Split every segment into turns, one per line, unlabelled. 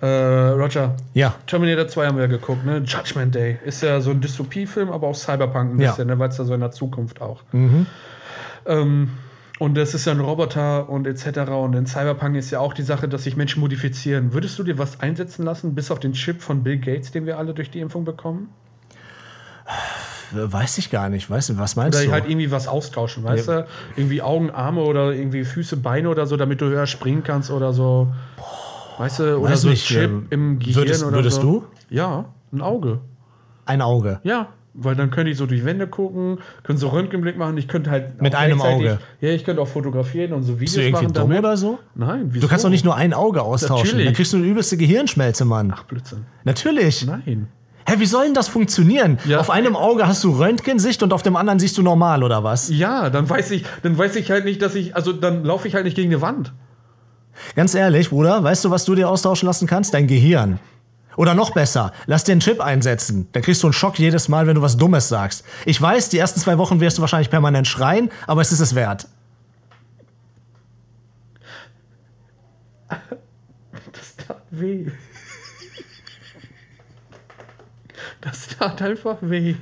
Äh, Roger,
Ja.
Terminator 2 haben wir ja geguckt, ne? Judgment Day. Ist ja so ein Dystopiefilm, aber auch Cyberpunk ein
Ja. Mhm.
bisschen, ne? Weil es ja so in der Zukunft auch. Ähm, und das ist ja ein Roboter und etc. Und in Cyberpunk ist ja auch die Sache, dass sich Menschen modifizieren. Würdest du dir was einsetzen lassen, bis auf den Chip von Bill Gates, den wir alle durch die Impfung bekommen?
Äh, Weiß ich gar nicht. Weißt du, was meinst
Oder
du?
halt irgendwie was austauschen, weißt du? Irgendwie Augen, Arme oder irgendwie Füße, Beine oder so, damit du höher springen kannst oder so. Weißt du, oder
weiß
so ein
nicht,
Chip
ähm,
im Gehirn
würdest-
oder
würdest
so.
du?
Ja, ein Auge.
Ein Auge.
Ja, weil dann könnte ich so durch Wände gucken, könnte so Röntgenblick machen, ich könnte halt.
Mit
auch
einem
gleichzeitig-
Auge.
Ja, ich könnte auch fotografieren und so
Bist du
Videos
irgendwie
machen
dumm
damit.
oder so?
Nein, wieso?
Du kannst doch nicht nur ein Auge austauschen.
Natürlich.
Dann kriegst du eine übelste Gehirnschmelze, Mann.
Ach, Blödsinn.
Natürlich.
Nein.
Hä, wie soll denn das funktionieren?
Ja.
Auf einem Auge hast du Röntgensicht und auf dem anderen siehst du normal, oder was?
Ja, dann weiß ich, dann weiß ich halt nicht, dass ich, also dann laufe ich halt nicht gegen eine Wand.
Ganz ehrlich, Bruder, weißt du, was du dir austauschen lassen kannst? Dein Gehirn. Oder noch besser, lass dir einen Chip einsetzen. Dann kriegst du einen Schock jedes Mal, wenn du was Dummes sagst. Ich weiß, die ersten zwei Wochen wirst du wahrscheinlich permanent schreien, aber es ist es wert.
Das tat weh. Das tat einfach weh.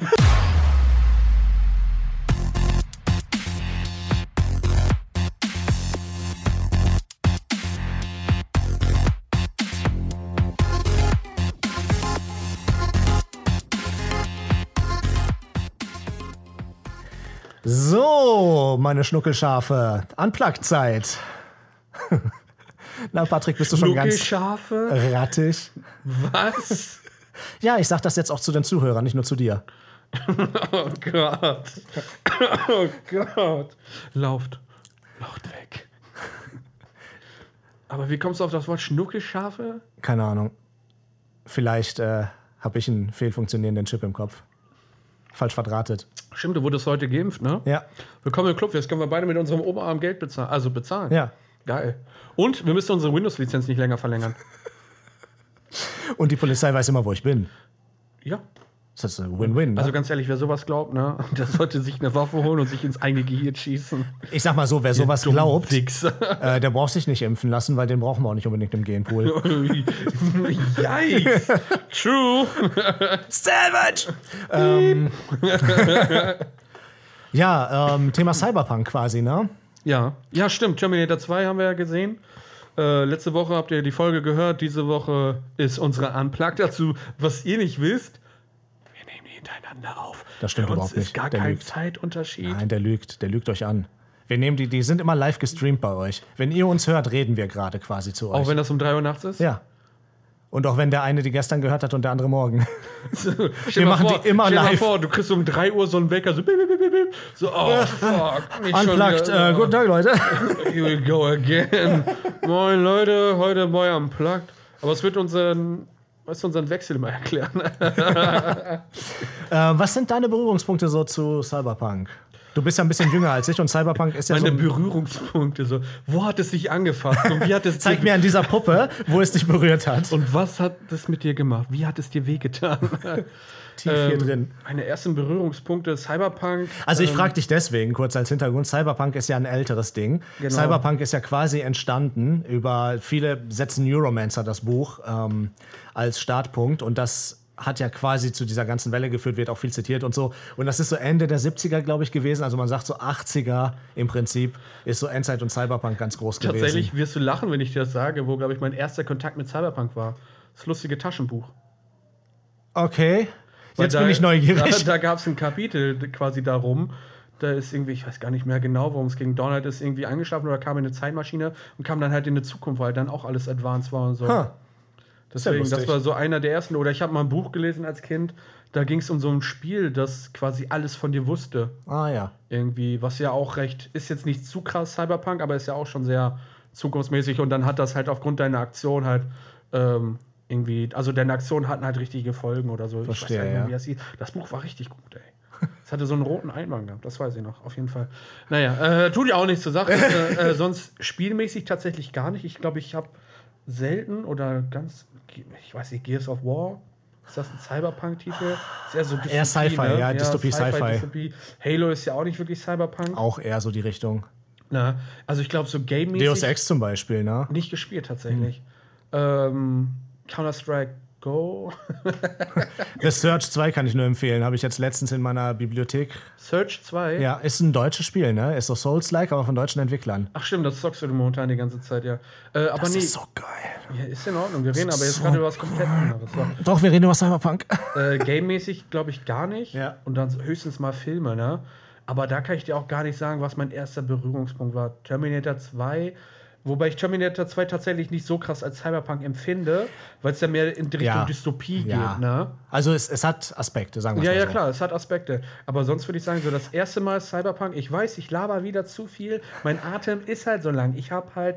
So, meine Schnuckelschafe. Unplugged-Zeit. Na, Patrick, bist du schon ganz Äh.
Schnuckelschafe?
rattig?
Was?
Ja, ich sag das jetzt auch zu den Zuhörern, nicht nur zu dir.
Oh Gott. Oh Gott. Lauft. Lauft weg. Aber wie kommst du auf das Wort Schnuckelschafe?
Keine Ahnung. Vielleicht äh, habe ich einen fehlfunktionierenden Chip im Kopf. Falsch verdrahtet.
Stimmt, du wurdest heute geimpft, ne?
Ja,
Willkommen im Club. Jetzt können wir beide mit unserem Oberarm Geld bezahlen. Also bezahlen.
ja.
Geil. Und wir müssen unsere Windows-Lizenz nicht länger verlängern.
Und die Polizei weiß immer, wo ich bin.
Ja.
Das ist ein Win-Win. Ne?
Also ganz ehrlich, wer sowas glaubt, ne, der sollte sich eine Waffe holen und sich ins eigene Gehirn schießen.
ich sag mal so, wer sowas
Dumm
glaubt,
Wichser.
äh, der braucht sich nicht impfen lassen, weil den brauchen wir auch nicht unbedingt im Genpool.
Yikes. True.
Savage! ähm, ja, ähm, Thema Cyberpunk quasi, ne?
Ja. ja, stimmt. Terminator 2 haben wir ja gesehen. Äh, letzte Woche habt ihr die Folge gehört. Diese Woche ist unsere Unplugged dazu. Was ihr nicht wisst, wir nehmen die hintereinander auf.
Das stimmt
Für uns
überhaupt
ist
nicht.
gar
Der
kein
lügt.
Zeitunterschied.
Nein, der lügt, der lügt euch an. Wir nehmen die, die sind immer live gestreamt bei euch. Wenn ihr uns hört, reden wir gerade quasi zu euch.
Auch wenn das um 3 Uhr nachts ist?
ja. Und auch wenn der eine die gestern gehört hat und der andere morgen.
wir
machen die immer
stell Mal
live.
vor, du kriegst um 3 Uhr so einen Wecker, so, bip, bip, bip, bip, bip. so oh, fuck. nicht schon
Unplugged.
wieder.
Äh, guten Tag, Leute.
Here we go again. Moin Leute, heute bei Unplugged. Aber es wird unseren, weißt du, unseren Wechsel mal erklären.
äh, was sind deine Berührungspunkte so zu Cyberpunk? Du bist ja ein bisschen jünger als ich und Cyberpunk ist ja so
Meine
ein
Berührungspunkte. So. Wo hat es dich angefasst? Und wie hat es
Zeig
dir,
mir an dieser Puppe, wo es dich berührt hat.
Und was hat das mit dir gemacht? Wie hat es dir wehgetan?
tief
Ähm, Meine ersten Berührungspunkte, Cyberpunk.
Also ich frage dich deswegen kurz als Hintergrund. Cyberpunk ist ja ein älteres Ding.
Genau.
Cyberpunk ist ja quasi entstanden über viele setzen Neuromancer das Buch ähm, als Startpunkt und das hat ja quasi zu dieser ganzen Welle geführt, wird auch viel zitiert und so. Und das ist so Ende der 70er, glaube ich, gewesen. Also man sagt so 80er im Prinzip ist so Endzeit und Cyberpunk ganz groß gewesen.
Tatsächlich wirst du lachen, wenn ich dir das sage, wo, glaube ich, mein erster Kontakt mit Cyberpunk war. Das lustige Taschenbuch.
Okay.
Weil
Jetzt
da-
bin ich neugierig.
Da, da gab es ein Kapitel quasi darum. Da ist irgendwie, ich weiß gar nicht mehr genau, worum es ging. Donald ist irgendwie angeschaffen oder kam in eine Zeitmaschine und kam dann halt in eine Zukunft, weil dann auch alles advanced war und so.
Ha. ja
Deswegen,
lustig.
das war so einer der ersten. Oder ich habe mal ein Buch gelesen als Kind. Da ging es um so ein Spiel, das quasi alles von dir wusste.
Ah ja.
Irgendwie, was ja auch recht, ist jetzt nicht zu krass Cyberpunk, aber ist ja auch schon sehr zukunftsmäßig. Und dann hat das halt aufgrund deiner Aktion halt ähm, irgendwie, also deine Aktionen hatten halt richtige Folgen oder so.
Verstehe,
gar nicht mehr,
ja.
wie das hieß. Das Buch war richtig gut, ey. Es hatte so einen roten Einband gehabt, das weiß ich noch, auf jeden Fall. Naja, äh, tut ja auch nichts zur Sache. äh, äh, sonst spielmäßig tatsächlich gar nicht. Ich glaube, ich habe selten oder ganz, ich weiß nicht, Gears of War. Ist das ein Cyberpunk-Titel? Ist eher so
Eher Sci-Fi,
ne?
ja, Dystopie, Sci-Fi.
Dystopie. Halo ist ja auch nicht wirklich Cyberpunk.
Auch eher so die Richtung.
Na, also ich glaube, so game
Deus Ex zum Beispiel, ne?
nicht gespielt tatsächlich. Ähm, Counter-Strike Go.
The Search 2 kann ich nur empfehlen. Habe ich jetzt letztens in meiner Bibliothek.
Search 2.
Ja, ist ein deutsches Spiel, ne? Ist so Souls-like, aber von deutschen Entwicklern.
Ach stimmt, das zockst du momentan die ganze Zeit, ja. Äh, aber nee, ist,
geil.
ja, ist in Ordnung. Wir reden aber jetzt
so
gerade über was komplett anderes. So.
Doch, wir reden über Cyberpunk.
Äh, Game-mäßig glaube ich gar nicht.
Ja.
Und dann höchstens mal Filme, ne? Aber da kann ich dir auch gar nicht sagen, was mein erster Berührungspunkt war. Terminator 2, wobei ich Terminator 2 tatsächlich nicht so krass als Cyberpunk empfinde, weil es ja mehr in die Richtung
Ja.
Dystopie
Ja.
geht, ne?
Also, es, es hat Aspekte, sagen wir
Ja,
mal
ja,
so.
klar, es hat Aspekte. Aber sonst würde ich sagen, so das erste Mal Cyberpunk, ich weiß, ich laber wieder zu viel, mein Atem ist halt so lang. Ich habe halt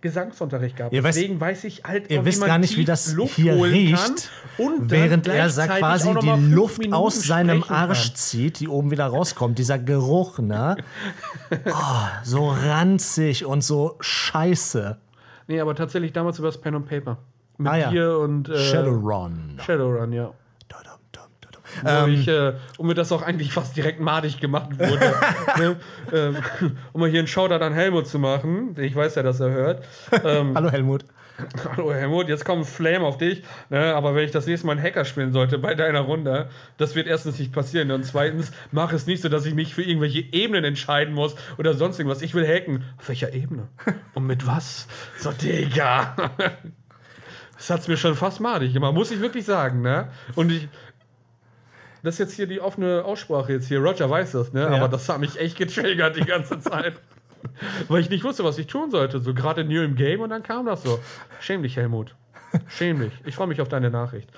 Gesangsunterricht gehabt.
Ihr wisst-
Deswegen weiß ich halt,
ihr
auch,
wisst
man
gar nicht,
tief
wie das
Luft
hier
holen
riecht,
und dann
Während er sa-
gleichzeitig
quasi
auch noch mal
die
fünf
Luft
Minuten
aus seinem
sprechen
Arsch
kann.
zieht, die oben wieder rauskommt, dieser Geruch, ne? Oh, so ranzig und so scheiße.
Nee, aber tatsächlich damals über das Pen and Paper. Mit
Ah, ja.
dir und äh,
Shadowrun.
Shadowrun, ja.
Dadum, dum, dadum.
Wo ich, äh, und mir das auch eigentlich fast direkt madig gemacht wurde. ne? ähm, um mal hier einen Shoutout an Helmut zu machen. Ich weiß ja, dass er hört.
Äh, Hallo Helmut.
Hallo Helmut, jetzt kommt ein Flame auf dich. Ne, aber wenn ich das nächste Mal einen Hacker spielen sollte bei deiner Runde, das wird erstens nicht passieren. Und zweitens, mach es nicht so, dass ich mich für irgendwelche Ebenen entscheiden muss oder sonst irgendwas. Ich will hacken. Auf welcher Ebene? Und mit was? So, Digga. Das hat's mir schon fast madig gemacht, muss ich wirklich sagen, ne? Und ich. Das ist jetzt hier die offene Aussprache jetzt hier. Roger weiß das, ne? Aber das hat mich echt getriggert die ganze Zeit. Weil ich nicht wusste, was ich tun sollte. So gerade New im Game und dann kam das so. Schäm dich, Helmut. Schäm dich. Ich freue mich auf deine Nachricht.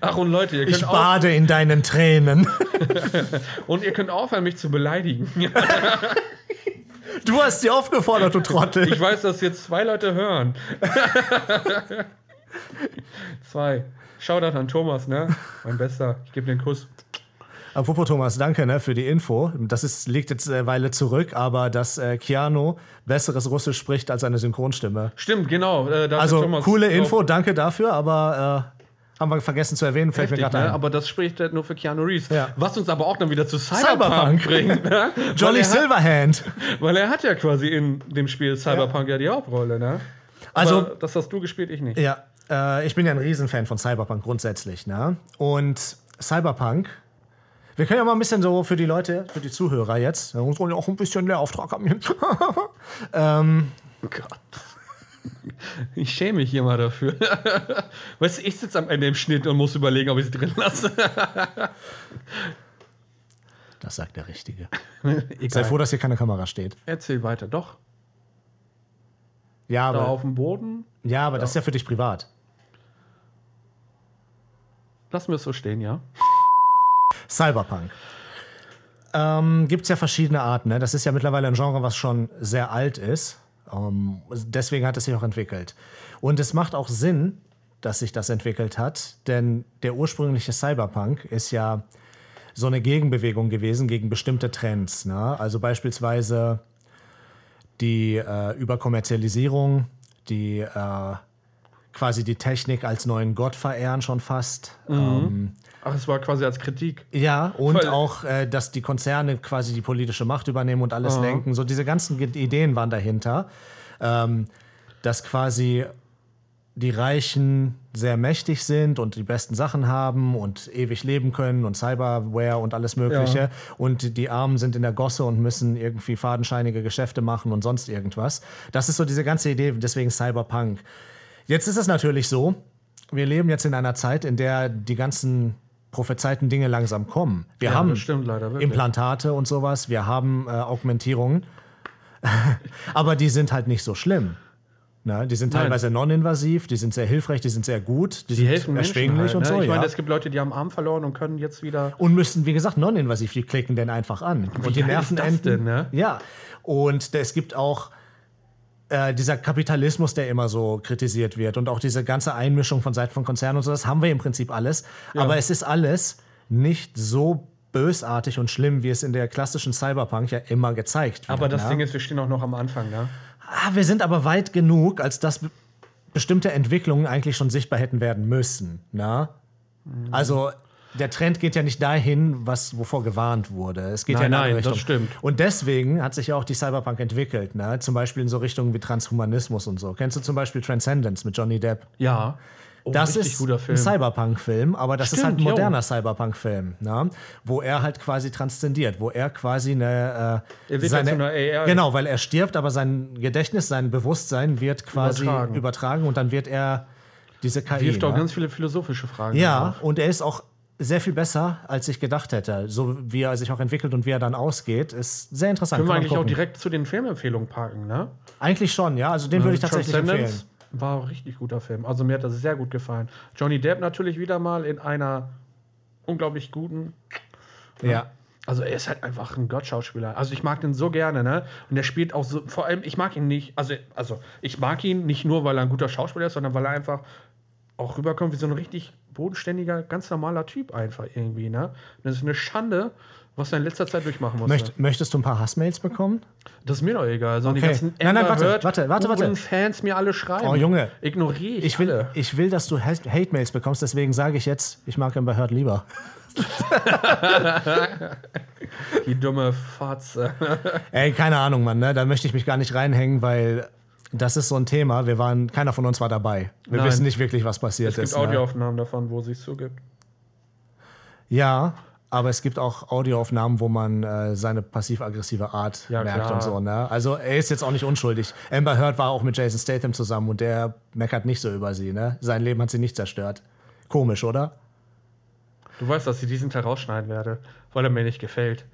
Ach und Leute, ihr könnt,
Ich
auf,
bade in deinen Tränen.
und ihr könnt aufhören, mich zu beleidigen.
Du hast sie aufgefordert, du Trottel.
Ich weiß, dass jetzt zwei Leute hören. zwei. Shoutout an Thomas, ne? Mein Bester. Ich gebe den Kuss.
Apropos Thomas, danke ne, für die Info. Das ist, liegt jetzt eine Weile zurück, aber dass äh, Keanu besseres Russisch spricht als seine Synchronstimme.
Stimmt, genau. Äh, da hat
Also
Thomas
coole
auch
Info, danke dafür, aber äh, haben wir vergessen zu erwähnen, fällt mir
Heftig,
gerade
ne?
ein.
Aber das spricht halt nur für Keanu Reeves.
Ja.
Was uns aber auch dann wieder zu
Cyberpunk.
Cyberpunk, bringt. Ne?
Jolly
weil, er
Silverhand.
hat, weil er hat ja quasi in dem Spiel Cyberpunk ja, die Hauptrolle. Ne?
Also-
aber das hast du gespielt, ich nicht.
Ja, äh, ich bin ja ein Riesenfan von Cyberpunk grundsätzlich, ne? Und Cyberpunk, wir können ja mal ein bisschen so für die Leute, für die Zuhörer jetzt, da muss man ja auch ein bisschen Lehrauftrag haben.
Oh Gott. Ich schäme mich hier mal dafür. weißt du, ich sitze am Ende im Schnitt und muss überlegen, ob ich es drin lasse.
Das sagt der Richtige. Sei
Egal.
froh, dass hier keine Kamera steht.
Erzähl weiter. Doch,
Ja,
da
aber,
auf dem Boden.
ja, aber das ist ja für dich privat.
Lassen wir es so stehen, ja.
Cyberpunk. Ähm, Gibt es ja verschiedene Arten. Ne? Das ist ja mittlerweile ein Genre, was schon sehr alt ist. Ähm, deswegen hat es sich auch entwickelt. Und es macht auch Sinn, dass sich das entwickelt hat, denn der ursprüngliche Cyberpunk ist ja so eine Gegenbewegung gewesen gegen bestimmte Trends. Ne? Also beispielsweise die äh, Überkommerzialisierung, die äh, quasi die Technik als neuen Gott verehren schon fast. Ähm,
Ach, es war quasi als Kritik.
ja, und
Voll.
auch, äh, dass die Konzerne quasi die politische Macht übernehmen und
Mhm.
alles lenken. So diese ganzen Ge- Ideen waren dahinter, ähm, dass quasi die Reichen sehr mächtig sind und die besten Sachen haben und ewig leben können und Cyberware und alles Mögliche.
Ja.
Und die Armen sind in der Gosse und müssen irgendwie fadenscheinige Geschäfte machen und sonst irgendwas. Das ist so diese ganze Idee, deswegen Cyberpunk. Jetzt ist es natürlich so, wir leben jetzt in einer Zeit, in der die ganzen prophezeiten Dinge langsam kommen. Wir haben
das stimmt leider wirklich.
Implantate und sowas, wir haben äh, Augmentierungen, aber die sind halt nicht so schlimm. Ne? Die sind
Nein.
teilweise non-invasiv, die sind sehr hilfreich, die sind sehr gut, die,
Die
sind
helfen Menschen halt,
erschwinglich und
ne?
so.
Ich meine,
ja.
es gibt Leute, die haben Arm verloren und können jetzt wieder.
Und müssen, wie gesagt, non-invasiv, die klicken den einfach an. Und die
geil
Nerven
ist das
enden.
denn, ne?
Ja. Und es gibt auch äh, dieser Kapitalismus, der immer so kritisiert wird und auch diese ganze Einmischung von Seiten von Konzernen und so, das haben wir im Prinzip alles. Aber es ist alles nicht so bösartig und schlimm, wie es in der klassischen Cyberpunk ja immer gezeigt wird.
Aber das
ne?
Ding ist, wir stehen auch noch am Anfang, ne?
Ah, wir sind aber weit genug, als dass be-
Mhm.
bestimmte Entwicklungen eigentlich schon sichtbar hätten werden müssen. Na? Also der Trend geht ja nicht dahin, was, wovor gewarnt wurde. Es geht
Nein,
ja in eine
nein,
andere
das
Richtung.
stimmt.
Und deswegen hat sich ja auch die Cyberpunk entwickelt. Ne? Zum Beispiel in so Richtungen wie Transhumanismus und so. Kennst du zum Beispiel Transcendence mit Johnny Depp?
Ja. Oh,
das
richtig
ist ein Cyberpunk-Film, aber das ist
Stimmt,
halt ein moderner
jo.
Cyberpunk-Film, ne? wo er halt quasi transzendiert, wo er quasi eine. Äh,
Er wird ja zu einer AI.
Genau, weil er stirbt, aber sein Gedächtnis, sein Bewusstsein wird quasi
Übertragen.
übertragen, und dann wird er diese KI.
Wirft auch
ne?
ganz genau. viele philosophische Fragen.
Ja,
auf.
und er ist auch sehr viel besser, als ich gedacht hätte. So wie er sich auch entwickelt und wie er dann ausgeht, ist sehr interessant.
Können wir
Kann man
eigentlich auch
gucken.
direkt zu den Filmempfehlungen parken, ne?
Eigentlich schon, ja. Also den würde ich
Also
tatsächlich
Transcendence
empfehlen.
War ein richtig guter Film. Also mir hat das sehr gut gefallen. Johnny Depp natürlich wieder mal in einer unglaublich guten.
Ja.
Also er ist halt einfach ein Gottschauspieler. Also ich mag den so gerne, ne? Und er spielt auch so. Vor allem, ich mag ihn nicht. Also, also ich mag ihn nicht nur, weil er ein guter Schauspieler ist, sondern weil er einfach auch rüberkommt wie so ein richtig bodenständiger, ganz normaler Typ einfach irgendwie, ne? Und das ist eine Schande, was er in letzter Zeit durchmachen musste.
Möcht, möchtest du ein paar Hassmails bekommen?
Das ist mir doch egal. Sollen die
Okay.
ganzen
Nein, nein,
Amber
warte,
Heard
warte, warte, warte.
Huren Fans mir alle schreiben.
Oh, Junge.
Ignoriere ich.
Ich will,
alle.
ich will dass du Ha- Hate-Mails bekommst, deswegen sage ich jetzt, ich mag Amber Heard lieber.
Die dumme Fatze.
Ey, keine Ahnung, Mann, ne? da möchte ich mich gar nicht reinhängen, weil das ist so ein Thema. Wir waren, keiner von uns war dabei. Wir
Nein.
wissen nicht wirklich, was passiert
Es gibt
ist. Ne?
Audioaufnahmen davon, wo sie es zugibt.
Ja, aber es gibt auch Audioaufnahmen, wo man äh, seine passiv-aggressive Art
Ja,
merkt
klar.
und so. Ne? Also er ist jetzt auch nicht unschuldig. Amber Heard war auch mit Jason Statham zusammen und der meckert nicht so über sie. Ne? Sein Leben hat sie nicht zerstört. Komisch, oder?
Du weißt, dass ich diesen Teil rausschneiden werde, weil er mir nicht gefällt.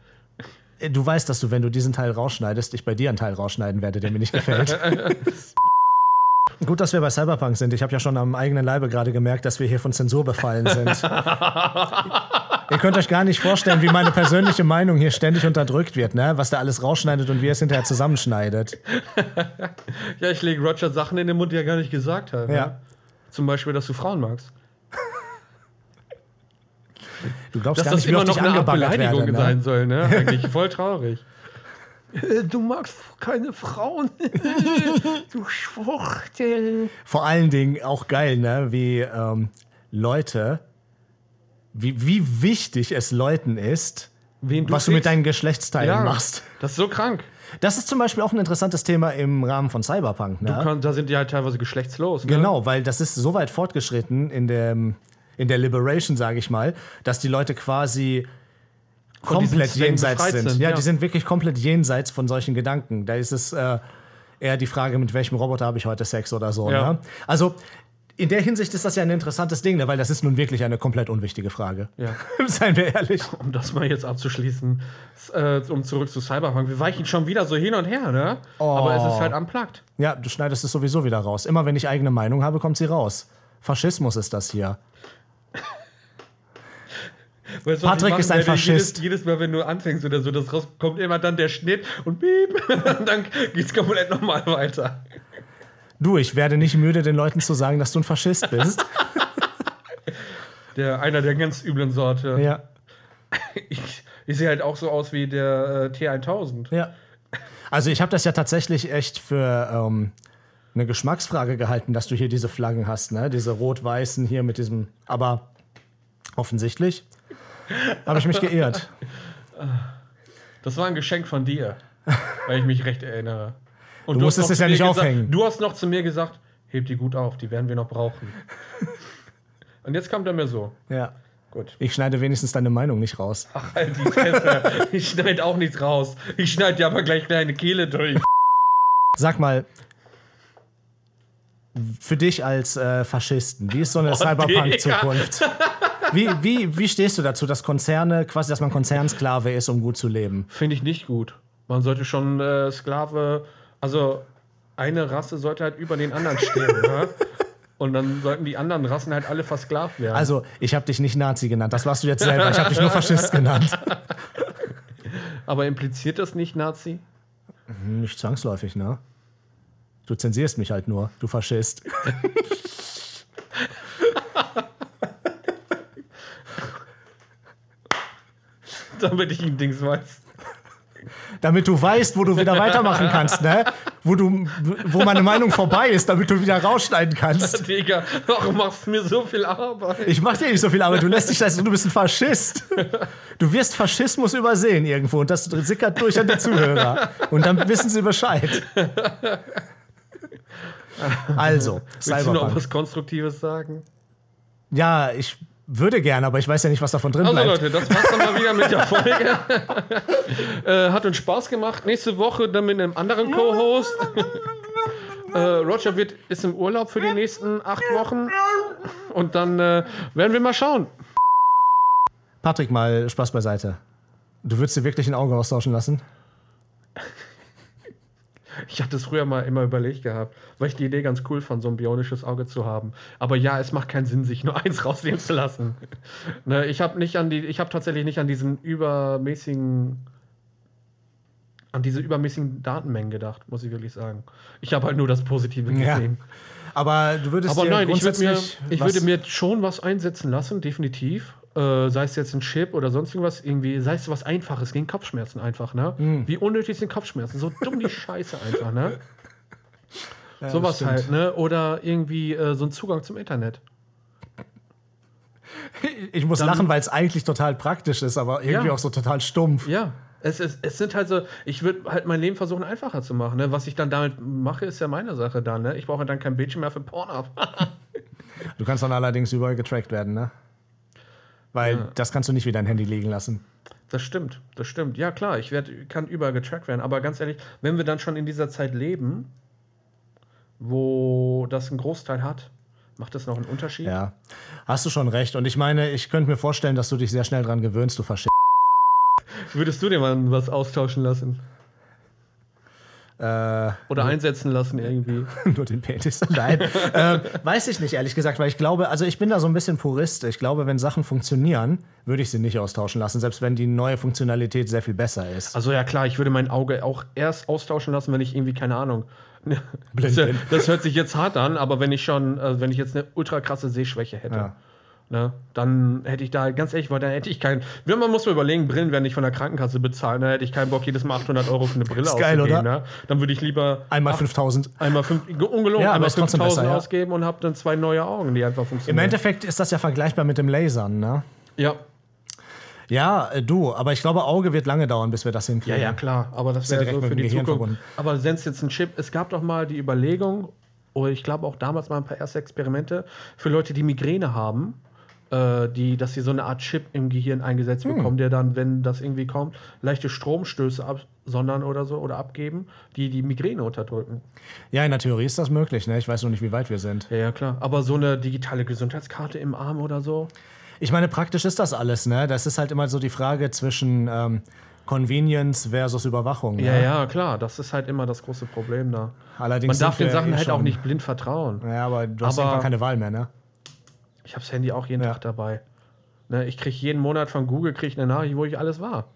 Äh, Du weißt, dass du, wenn du diesen Teil rausschneidest, ich bei dir einen Teil rausschneiden werde, der mir nicht gefällt. Gut, dass wir bei Cyberpunk sind. Ich habe ja schon am eigenen Leibe gerade gemerkt, dass wir hier von Zensur befallen sind. Ihr könnt euch gar nicht vorstellen, wie meine persönliche Meinung hier ständig unterdrückt wird, ne? Was da alles rausschneidet und wie ihr es hinterher zusammenschneidet.
Ja, ich lege Roger Sachen in den Mund, die er gar nicht gesagt hat.
Ja.
Ne? Zum Beispiel, dass du Frauen magst.
Du glaubst
Dass
gar
das
nicht, wie
immer
oft
noch
ich
eine Art
angebaggert
Beleidigung
werde. Ne?
sein soll, ne? Eigentlich voll traurig. Äh, Du magst keine Frauen. du Schwuchtel.
Vor allen Dingen auch geil, ne? Wie ähm, Leute, wie, wie wichtig es Leuten ist,
Wen
was du mit
fickst?
deinen Geschlechtsteilen
Ja.
machst.
Das ist so krank.
Das ist zum Beispiel auch ein interessantes Thema im Rahmen von Cyberpunk. Ne?
Kann, da sind die halt teilweise geschlechtslos. Ne?
Genau, weil das ist so weit fortgeschritten in der, in der Liberation, sage ich mal, dass die Leute quasi
diesen
komplett
Zwängen
jenseits
befreit
sind.
sind,
Ja,
ja.
die sind wirklich komplett jenseits von solchen Gedanken. Da ist es äh, eher die Frage, mit welchem Roboter habe ich heute Sex oder so.
Ja.
Ne? Also in der Hinsicht ist das ja ein interessantes Ding, ne? weil das ist nun wirklich eine komplett unwichtige Frage.
Ja.
Seien wir ehrlich.
Um das mal jetzt abzuschließen, s- äh, um zurück zu Cyberpunk. Wir weichen schon wieder so hin und her, ne? Aber
Oh.
es ist halt unplugged.
Ja, du schneidest es sowieso wieder raus. Immer wenn ich eigene Meinung habe, kommt sie raus. Faschismus ist das hier.
Weißt du, was ich
Patrick
machen
ist ein
werde?
Faschist.
Jedes, jedes Mal, wenn du anfängst oder so, das raus, kommt immer dann der Schnitt und piep. und dann geht's komplett nochmal weiter.
Du, ich werde nicht müde, den Leuten zu sagen, dass du ein Faschist bist.
Der, einer der ganz üblen Sorte.
ja.
Ich, ich sehe halt auch so aus wie der äh, T1000.
Ja. Also ich habe das ja tatsächlich echt für ähm, eine Geschmacksfrage gehalten, dass du hier diese Flaggen hast, ne? Diese rot-weißen hier mit diesem. Aber offensichtlich habe ich mich geirrt.
Das war ein Geschenk von dir, weil ich mich recht erinnere. Und du, hast
musstest
noch
es
zu
ja
mir
nicht
gesagt,
aufhängen.
Du hast noch zu mir gesagt, heb die gut auf, die werden wir noch brauchen. Und jetzt kommt er mir so.
Ja.
Gut.
Ich schneide wenigstens deine Meinung nicht raus.
Ach, halt die Fresse. Ich schneide auch nichts raus. Ich schneide dir aber gleich deine Kehle durch.
Sag mal. Für dich als äh, Faschisten, wie ist so eine Cyberpunk-Zukunft? Wie, wie, wie stehst du dazu, dass Konzerne, quasi, dass man Konzernsklave ist, um gut zu leben?
Finde ich nicht gut. Man sollte schon äh, Sklave, also eine Rasse sollte halt über den anderen stehen. ne? Und dann sollten die anderen Rassen halt alle versklavt werden.
Also, ich habe dich nicht Nazi genannt, das warst du jetzt selber. Ich habe dich nur Faschist genannt.
aber impliziert das nicht Nazi?
Nicht zwangsläufig, ne? Du zensierst mich halt nur, du Faschist.
Damit ich ein Dings weiß.
Damit du weißt, wo du wieder weitermachen kannst, ne? wo, du, wo meine Meinung vorbei ist, damit du wieder rausschneiden kannst.
Digga, warum machst du mir so viel Arbeit?
Ich mach dir nicht so viel Arbeit, du lässt dich das, du bist ein Faschist. Du wirst Faschismus übersehen irgendwo und das sickert durch an die Zuhörer. Und dann wissen sie Bescheid. Also,
Willst du noch
Cyberpunk.
was Konstruktives sagen?
Ja, ich würde gerne, aber ich weiß ja nicht, was davon drin
Also
bleibt.
Leute, das war's dann mal wieder mit der Folge. äh, hat uns Spaß gemacht. Nächste Woche dann mit einem anderen Co-Host. äh, Roger wird, ist im Urlaub für die nächsten acht Wochen. Und dann äh, werden wir mal schauen.
Patrick, mal Spaß beiseite. Du würdest dir wirklich ein Auge austauschen lassen?
Ich hatte es früher mal immer überlegt gehabt, weil ich die Idee ganz cool fand, so ein bionisches Auge zu haben. Aber ja, es macht keinen Sinn, sich nur eins rausnehmen zu lassen. ne, ich habe nicht an die, ich habe tatsächlich nicht an diesen übermäßigen, an diese übermäßigen Datenmengen gedacht, muss ich wirklich sagen. Ich habe halt nur das Positive
Ja.
gesehen.
Aber du würdest
Aber
dir
nein, ich, würd mir,
grundsätzlich
ich
was-
würde mir schon was einsetzen lassen, definitiv. Äh, sei es jetzt ein Chip oder sonst irgendwas, irgendwie, sei es was Einfaches gegen Kopfschmerzen einfach, ne?
Mhm.
Wie unnötig sind Kopfschmerzen? So dumm die Scheiße einfach, ne?
Ja, das
Sowas
stimmt.
halt, ne? Oder irgendwie äh, so ein Zugang zum Internet.
Ich muss lachen, weil es eigentlich total praktisch ist, aber irgendwie
Ja.
auch so total stumpf.
Ja. Es, es, es sind halt so, ich würde halt mein Leben versuchen, einfacher zu machen. Ne? Was ich dann damit mache, ist ja meine Sache dann. Ne? Ich brauche dann kein Bildschirm mehr für Pornhub.
Du kannst dann allerdings überall getrackt werden, ne? Weil das kannst du nicht wie dein Handy liegen lassen.
Das stimmt, das stimmt. Ja, klar, ich werd, kann überall getrackt werden. Aber ganz ehrlich, wenn wir dann schon in dieser Zeit leben, wo das einen Großteil hat, macht das noch einen Unterschied?
Ja. Hast du schon recht. Und ich meine, ich könnte mir vorstellen, dass du dich sehr schnell dran gewöhnst, du Versch.
Würdest du dir mal was austauschen lassen?
Äh,
Oder einsetzen lassen irgendwie?
nur den Penis. Nein. äh, weiß ich nicht, ehrlich gesagt, weil ich glaube, also ich bin da so ein bisschen Purist. Ich glaube, wenn Sachen funktionieren, würde ich sie nicht austauschen lassen, selbst wenn die neue Funktionalität sehr viel besser ist.
Also ja, klar, ich würde mein Auge auch erst austauschen lassen, wenn ich irgendwie, keine Ahnung.
Blind
das,
bin.
das hört sich jetzt hart an, aber wenn ich schon, äh, wenn ich jetzt eine ultra krasse Sehschwäche hätte.
Ja.
Ne? Dann hätte ich da, ganz ehrlich, weil dann hätte ich keinen. Wenn man muss mir überlegen, Brillen werden nicht von der Krankenkasse bezahlt, dann hätte ich keinen Bock, jedes Mal 800 Euro für eine Brille
Ist geil,
auszugeben.
oder?
Ne? Dann würde ich lieber
Einmal 5000.
einmal fünf, ge- ungelogen,
Ja, aber
einmal
ist trotzdem
5000
besser, ja.
ausgeben und habe dann zwei neue Augen, die einfach
Im
funktionieren.
Endeffekt ist das ja vergleichbar mit dem Lasern, ne?
ja,
Ja, äh, du, aber ich glaube, Auge wird lange dauern, bis wir das
ja,
hinkriegen.
ja, klar. Aber das
ja
wäre
direkt
so
mit
für
dem
die
Gehirn
Zukunft.
verbunden.
Aber wenn es jetzt ein Chip, es gab doch mal die Überlegung, oder ich glaube auch damals mal ein paar erste Experimente für Leute, die Migräne haben. äh, Die, dass sie so eine Art Chip im Gehirn eingesetzt
Hm.
bekommen, der dann, wenn das irgendwie kommt, leichte Stromstöße absondern oder so oder abgeben, die die Migräne unterdrücken.
Ja, in der Theorie ist das möglich, ne? Ich weiß nur nicht, wie weit wir sind.
Ja, ja, klar. Aber so eine digitale Gesundheitskarte im Arm oder so.
Ich meine, praktisch ist das alles, ne? Das ist halt immer so die Frage zwischen ähm, Convenience versus Überwachung.
Ja,
ne?
ja, klar. Das ist halt immer das große Problem da. Man
Allerdings
darf
sind
den
wir
Sachen
eh
halt auch
schon-
nicht blind vertrauen.
Ja, aber du hast
Aber-
einfach keine Wahl mehr, ne?
Ich habe das Handy auch jeden
Ja.
Tag dabei. Ne, ich kriege jeden Monat von Google krieg ich eine Nachricht, wo ich alles war.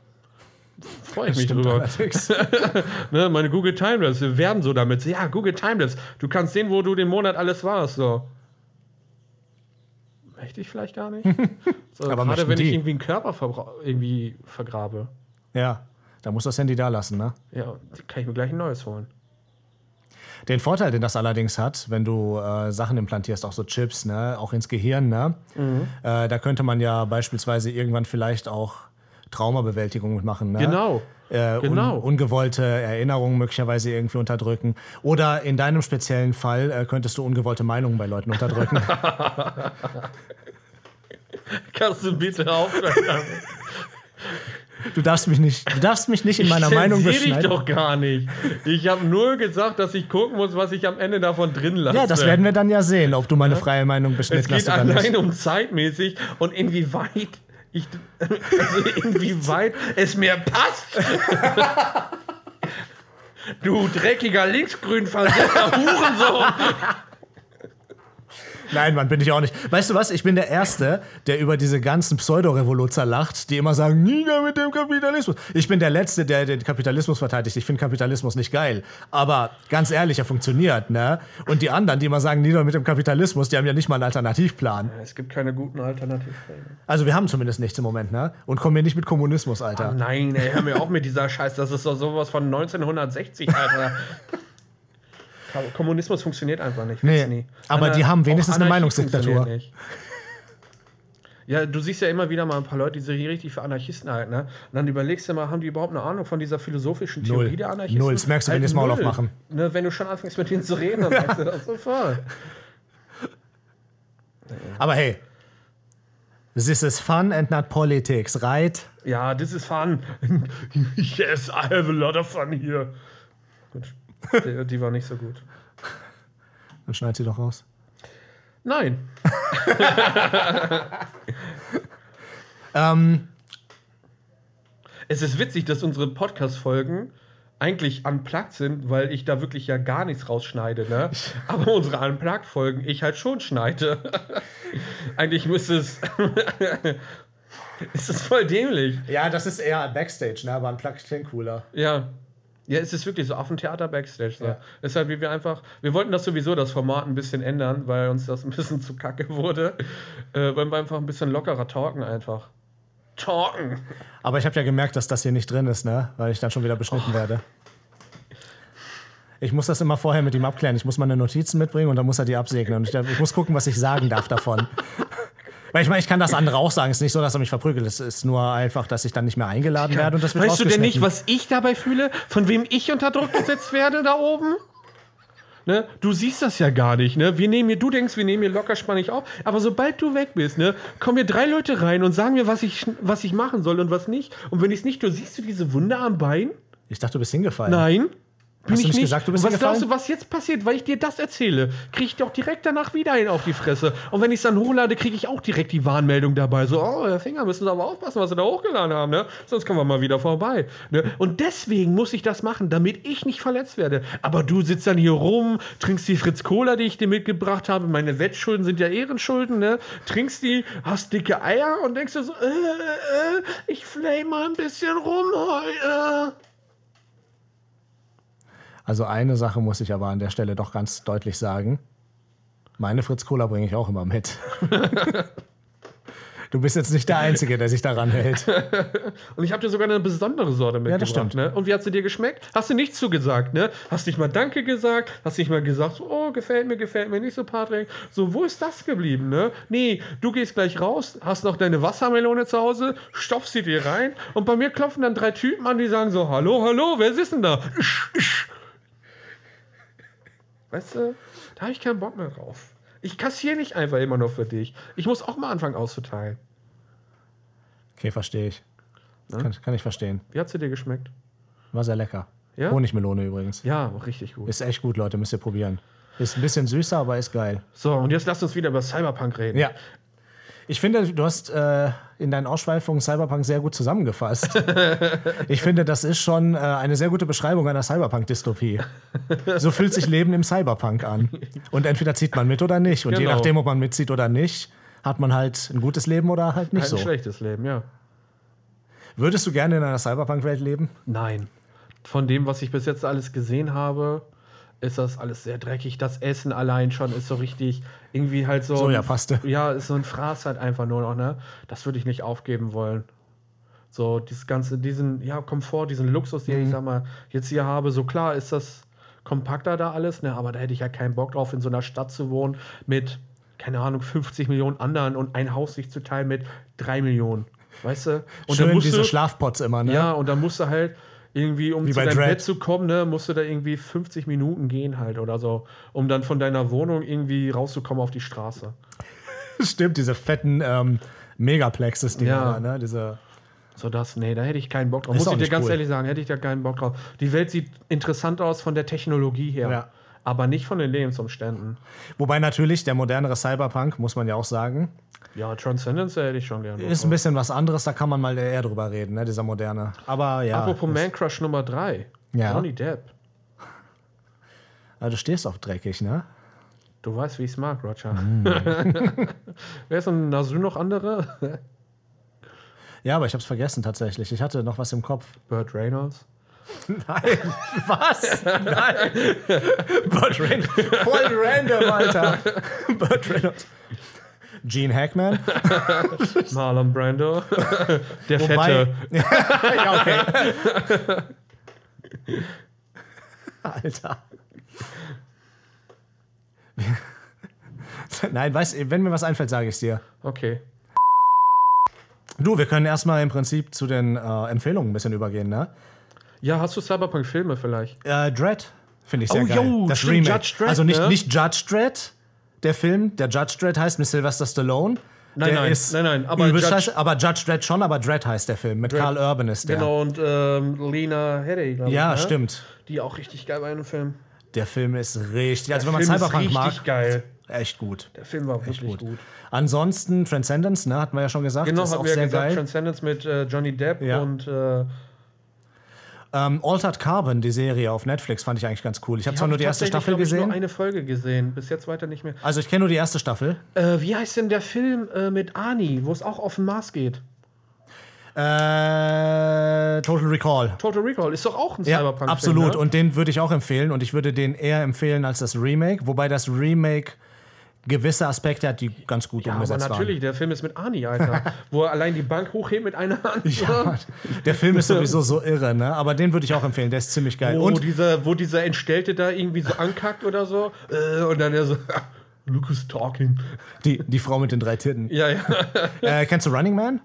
Freue ich mich
Stimmt halt.
drüber.
allerdings.
Ne, meine Google Timelapse, wir werben so damit. So, Ja, Google Timelapse, du kannst sehen, wo du den Monat alles warst. So. Möchte ich vielleicht gar nicht. So,
Aber
gerade
möchten
wenn ich
die.
irgendwie einen Körper verbra- irgendwie vergrabe.
ja, da muss das Handy da lassen, ne?
Ja, kann ich mir gleich ein neues holen.
Den Vorteil, den das allerdings hat, wenn du äh, Sachen implantierst, auch so Chips, ne, auch ins Gehirn, ne,
Mhm.
äh, da könnte man ja beispielsweise irgendwann vielleicht auch Traumabewältigung mitmachen, ne?
Genau.
Äh,
Genau.
un ungewollte Erinnerungen möglicherweise irgendwie unterdrücken. Oder in deinem speziellen Fall äh, könntest du ungewollte Meinungen bei Leuten unterdrücken.
Kannst du bitte aufhören?
du darfst mich nicht, du darfst mich nicht in meiner Meinung
ich
beschneiden.
doch gar nicht. Ich habe nur gesagt, dass ich gucken muss, was ich am Ende davon drin lasse.
Ja, das werden wir dann ja sehen, ob du meine freie Meinung
Es
beschnitten hast
geht
oder nicht.
allein um zeitmäßig und inwieweit ich also inwieweit es mir passt. Du dreckiger linksgrün versetzter Hurensohn.
Nein, Mann, bin ich auch nicht. Weißt du was? Ich bin der Erste, der über diese ganzen Pseudorevoluzer lacht, die immer sagen, nieder mit dem Kapitalismus. Ich bin der Letzte, der den Kapitalismus verteidigt. Ich finde Kapitalismus nicht geil. Aber ganz ehrlich, er funktioniert, ne? Und die anderen, die immer sagen, nieder mit dem Kapitalismus, die haben ja nicht mal einen Alternativplan.
Es gibt keine guten Alternativen.
Also wir haben zumindest nichts im Moment, ne? Und komm mir nicht mit Kommunismus, Alter.
Nein, ey, hör mir auf mit dieser Scheiß. Das ist doch sowas von 1960, Alter. Kommunismus funktioniert einfach nicht.
Nee,
Wird's nie. Äh,
aber die haben
auch
wenigstens eine
Anarchie
Meinungsdiktatur.
funktioniert nicht. Ja, du siehst ja immer wieder mal ein paar Leute, die sich richtig für Anarchisten halten. Ne? Und dann überlegst du mal, haben die überhaupt eine Ahnung von dieser philosophischen Theorie
Null.
der Anarchisten? Halt
Null. Das merkst du, wenn die das Maul
null.
aufmachen.
Ne, wenn du schon anfängst, mit denen zu reden, dann merkst du das sofort.
Aber hey, this is fun and not politics, right?
Ja, this is fun. yes, I have a lot of fun here. Gut, die, die war nicht so gut.
Dann schneid sie doch raus.
Nein.
Ähm,
Es ist witzig, dass unsere Podcast-Folgen eigentlich unplugged sind, weil ich da wirklich ja gar nichts rausschneide. Ne? Aber unsere Unplugged-Folgen ich halt schon schneide. eigentlich müsste es. es ist voll dämlich.
ja, das ist eher Backstage, ne? aber ein Plug klingt cooler.
Ja. Ja, es ist wirklich so Affentheater Backstage. So.
Ja.
Ist halt, wie wir einfach. Wir wollten das sowieso, das Format ein bisschen ändern, weil uns das ein bisschen zu kacke wurde. Äh, wollen wir einfach ein bisschen lockerer talken einfach. Talken!
Aber ich habe ja gemerkt, dass das hier nicht drin ist, ne? weil ich dann schon wieder
Oh.
beschnitten werde. Ich muss das immer vorher mit ihm abklären. Ich muss meine Notizen mitbringen und dann muss er die absegnen. Und ich, ich muss gucken, was ich sagen darf davon. Weil ich meine, ich kann das andere auch sagen. Es ist nicht so, dass er mich verprügelt. Es ist nur einfach, dass ich dann nicht mehr eingeladen werde und das wird
Weißt du denn nicht,
rausgeschnitten.
was ich dabei fühle? Von wem ich unter Druck gesetzt werde da oben? Ne? Du siehst das ja gar nicht, ne? Wir nehmen hier, du denkst, wir nehmen hier locker spannig auf, aber sobald du weg bist, ne, kommen hier drei Leute rein und sagen mir, was ich, was ich machen soll und was nicht. Und wenn ich es nicht tue, siehst du diese Wunde am Bein?
Ich dachte, du bist hingefallen.
Nein. Bin
Hast du
ich
nicht
nicht.
gesagt, du bist
Und was
hingefallen?
glaubst du, was jetzt passiert, weil ich dir das erzähle? Kriege ich doch direkt danach wieder einen auf die Fresse. Und wenn ich es dann hochlade, kriege ich auch direkt die Warnmeldung dabei. So, oh, Herr Finger, müssen Sie aber aufpassen, was Sie da hochgeladen haben, ne? Sonst kommen wir mal wieder vorbei. Ne? Und deswegen muss ich das machen, damit ich nicht verletzt werde. Aber du sitzt dann hier rum, trinkst die Fritz Cola, die ich dir mitgebracht habe. Meine Wettschulden sind ja Ehrenschulden, ne? Trinkst die, hast dicke Eier und denkst dir so, äh, äh, ich flame mal ein bisschen rum äh. heute.
Also eine Sache muss ich aber an der Stelle doch ganz deutlich sagen. Meine Fritz Cola bringe ich auch immer mit. du bist jetzt nicht der Einzige, der sich daran hält.
Und ich habe dir sogar eine besondere Sorte mitgebracht.
das stimmt.
Ne? Und wie hat sie dir geschmeckt? Hast du nichts zugesagt, ne? Hast nicht mal Danke gesagt, hast nicht mal gesagt, so, oh, gefällt mir, gefällt mir nicht so, Patrick. So, wo ist das geblieben, ne? Nee, du gehst gleich raus, hast noch deine Wassermelone zu Hause, stopfst sie dir rein und bei mir klopfen dann drei Typen an, die sagen so, hallo, hallo, wer ist denn da? Isch, isch. Weißt du, da habe ich keinen Bock mehr drauf. Ich kassiere nicht einfach immer nur für dich. Ich muss auch mal anfangen auszuteilen.
Okay, verstehe ich.
Ne?
Kann, kann ich verstehen.
Wie hat sie dir geschmeckt?
War sehr lecker.
Ja?
Honigmelone übrigens.
Ja, richtig gut.
Ist echt gut, Leute. Müsst ihr probieren. Ist ein bisschen süßer, aber ist geil.
So, und jetzt lasst uns wieder über Cyberpunk reden.
Ja. Ich finde, du hast äh, in deinen Ausschweifungen Cyberpunk sehr gut zusammengefasst. Ich finde, das ist schon äh, eine sehr gute Beschreibung einer Cyberpunk-Dystopie. So fühlt sich Leben im Cyberpunk an. Und entweder zieht man mit oder nicht. Und je
Genau.
nachdem, ob man mitzieht oder nicht, hat man halt ein gutes Leben oder halt nicht
Halt ein
so.
schlechtes Leben, ja.
Würdest du gerne in einer Cyberpunk-Welt leben?
Nein. Von dem, was ich bis jetzt alles gesehen habe, ist das alles sehr dreckig. Das Essen allein schon ist so richtig irgendwie halt so.
Sojapaste.
Ja, ist so ein Fraß halt einfach nur noch, ne? Das würde ich nicht aufgeben wollen. So, dieses ganze, diesen, ja, Komfort, diesen Luxus, den ich sag mal jetzt hier habe, so klar ist das kompakter da alles, ne? Aber da hätte ich ja keinen Bock drauf, in so einer Stadt zu wohnen mit, keine Ahnung, 50 Millionen anderen und ein Haus sich zu teilen mit 3 Millionen. Weißt du? Und dann
Schön
musst
diese
du-
Schlafpots immer, ne?
ja, und dann musst du halt irgendwie, um
Wie
zu
bei
deinem
Dread.
Bett zu kommen, ne, musst du da irgendwie 50 Minuten gehen halt oder so, um dann von deiner Wohnung irgendwie rauszukommen auf die Straße.
Stimmt, diese fetten ähm, Megaplexes-Dinger,
Ja.
da, ne? Diese
So das, nee, da hätte ich keinen Bock drauf.
Ist
Muss
auch
ich dir
nicht
ganz
cool.
ehrlich sagen, hätte ich da keinen Bock drauf. Die Welt sieht interessant aus von der Technologie her,
Ja.
aber nicht von den Lebensumständen.
Wobei natürlich der modernere Cyberpunk, muss man ja auch sagen,
Ja, Transcendence hätte ich schon gerne.
ist ein bisschen was anderes, da kann man mal eher drüber reden, ne, dieser moderne. Aber ja,
Apropos Man Crush Nummer 3.
Ja.
Johnny Depp.
also du stehst auf dreckig, ne?
Du weißt, wie ich es mag, Roger.
Mm.
Wer ist denn? Nasu noch andere?
Ja, aber ich hab's vergessen tatsächlich. Ich hatte noch was im Kopf.
Burt Reynolds.
Nein, was? Nein. Burt Reynolds. Voll random, Alter. Burt Reynolds. Gene Hackman.
Marlon Brando. Der
Wobei,
Fette.
ja, okay. Alter. Nein, weiß, wenn mir was einfällt, sage ich es dir.
Okay.
Du, wir können erstmal im Prinzip zu den äh, Empfehlungen ein bisschen übergehen, ne?
Ja, hast du Cyberpunk-Filme vielleicht?
Äh, Dread finde ich sehr
Oh,
geil.
yo,
das
stimmt,
Remake.
Judge Dredd,
also nicht,
ne?
nicht Judge Dredd, der Film, der Judge Dredd heißt mit Sylvester Stallone.
Nein,
der
nein,
ist
nein, nein, aber
übel
Judge-
scheiße, aber Judge Dredd schon, aber Dredd heißt der Film. Mit Carl Urban ist der.
Genau, und ähm, Lena Headey, glaube
Ja,
ich. ne?
stimmt.
Die auch richtig geil war in dem Film.
Der Film ist richtig, also wenn man
Film ist
Cyberpunk mag,
richtig geil.
echt gut.
Der Film war wirklich
gut.
gut.
Ansonsten Transcendence, ne, hatten wir ja schon gesagt,
Genau,
ist
haben
auch
wir ja
sehr
gesagt,
geil.
Transcendence mit äh, Johnny Depp
Ja.
und äh,
Ähm, Altered Carbon, die Serie auf Netflix, fand ich eigentlich ganz cool. Ich habe zwar
hab
nur die erste
tatsächlich,
Staffel
glaub ich,
gesehen.
nur eine Folge gesehen, bis jetzt weiter nicht mehr.
Also ich kenne nur die erste Staffel.
Äh, wie heißt denn der Film äh, mit Ani, wo es auch auf den Mars geht?
Äh, Total Recall.
Total Recall ist doch auch ein
Ja,
Cyberpunk.
absolut.
Ne?
Und den würde ich auch empfehlen. Und ich würde den eher empfehlen als das Remake. Wobei das Remake gewisse Aspekte hat, die ganz gut
ja, aber
umgesetzt
natürlich, der Film ist mit Ani, Alter. wo er allein die Bank hochhebt mit einer Hand.
waren. Der Film ist sowieso so irre, ne? Aber den würde ich auch empfehlen. Der ist ziemlich geil.
Wo,
Und
dieser, wo dieser Entstellte da irgendwie so ankackt oder so. Äh, und dann der so, Lucas talking.
die, die Frau mit den drei Titten.
Ja, ja.
Äh, kennst du Running Man?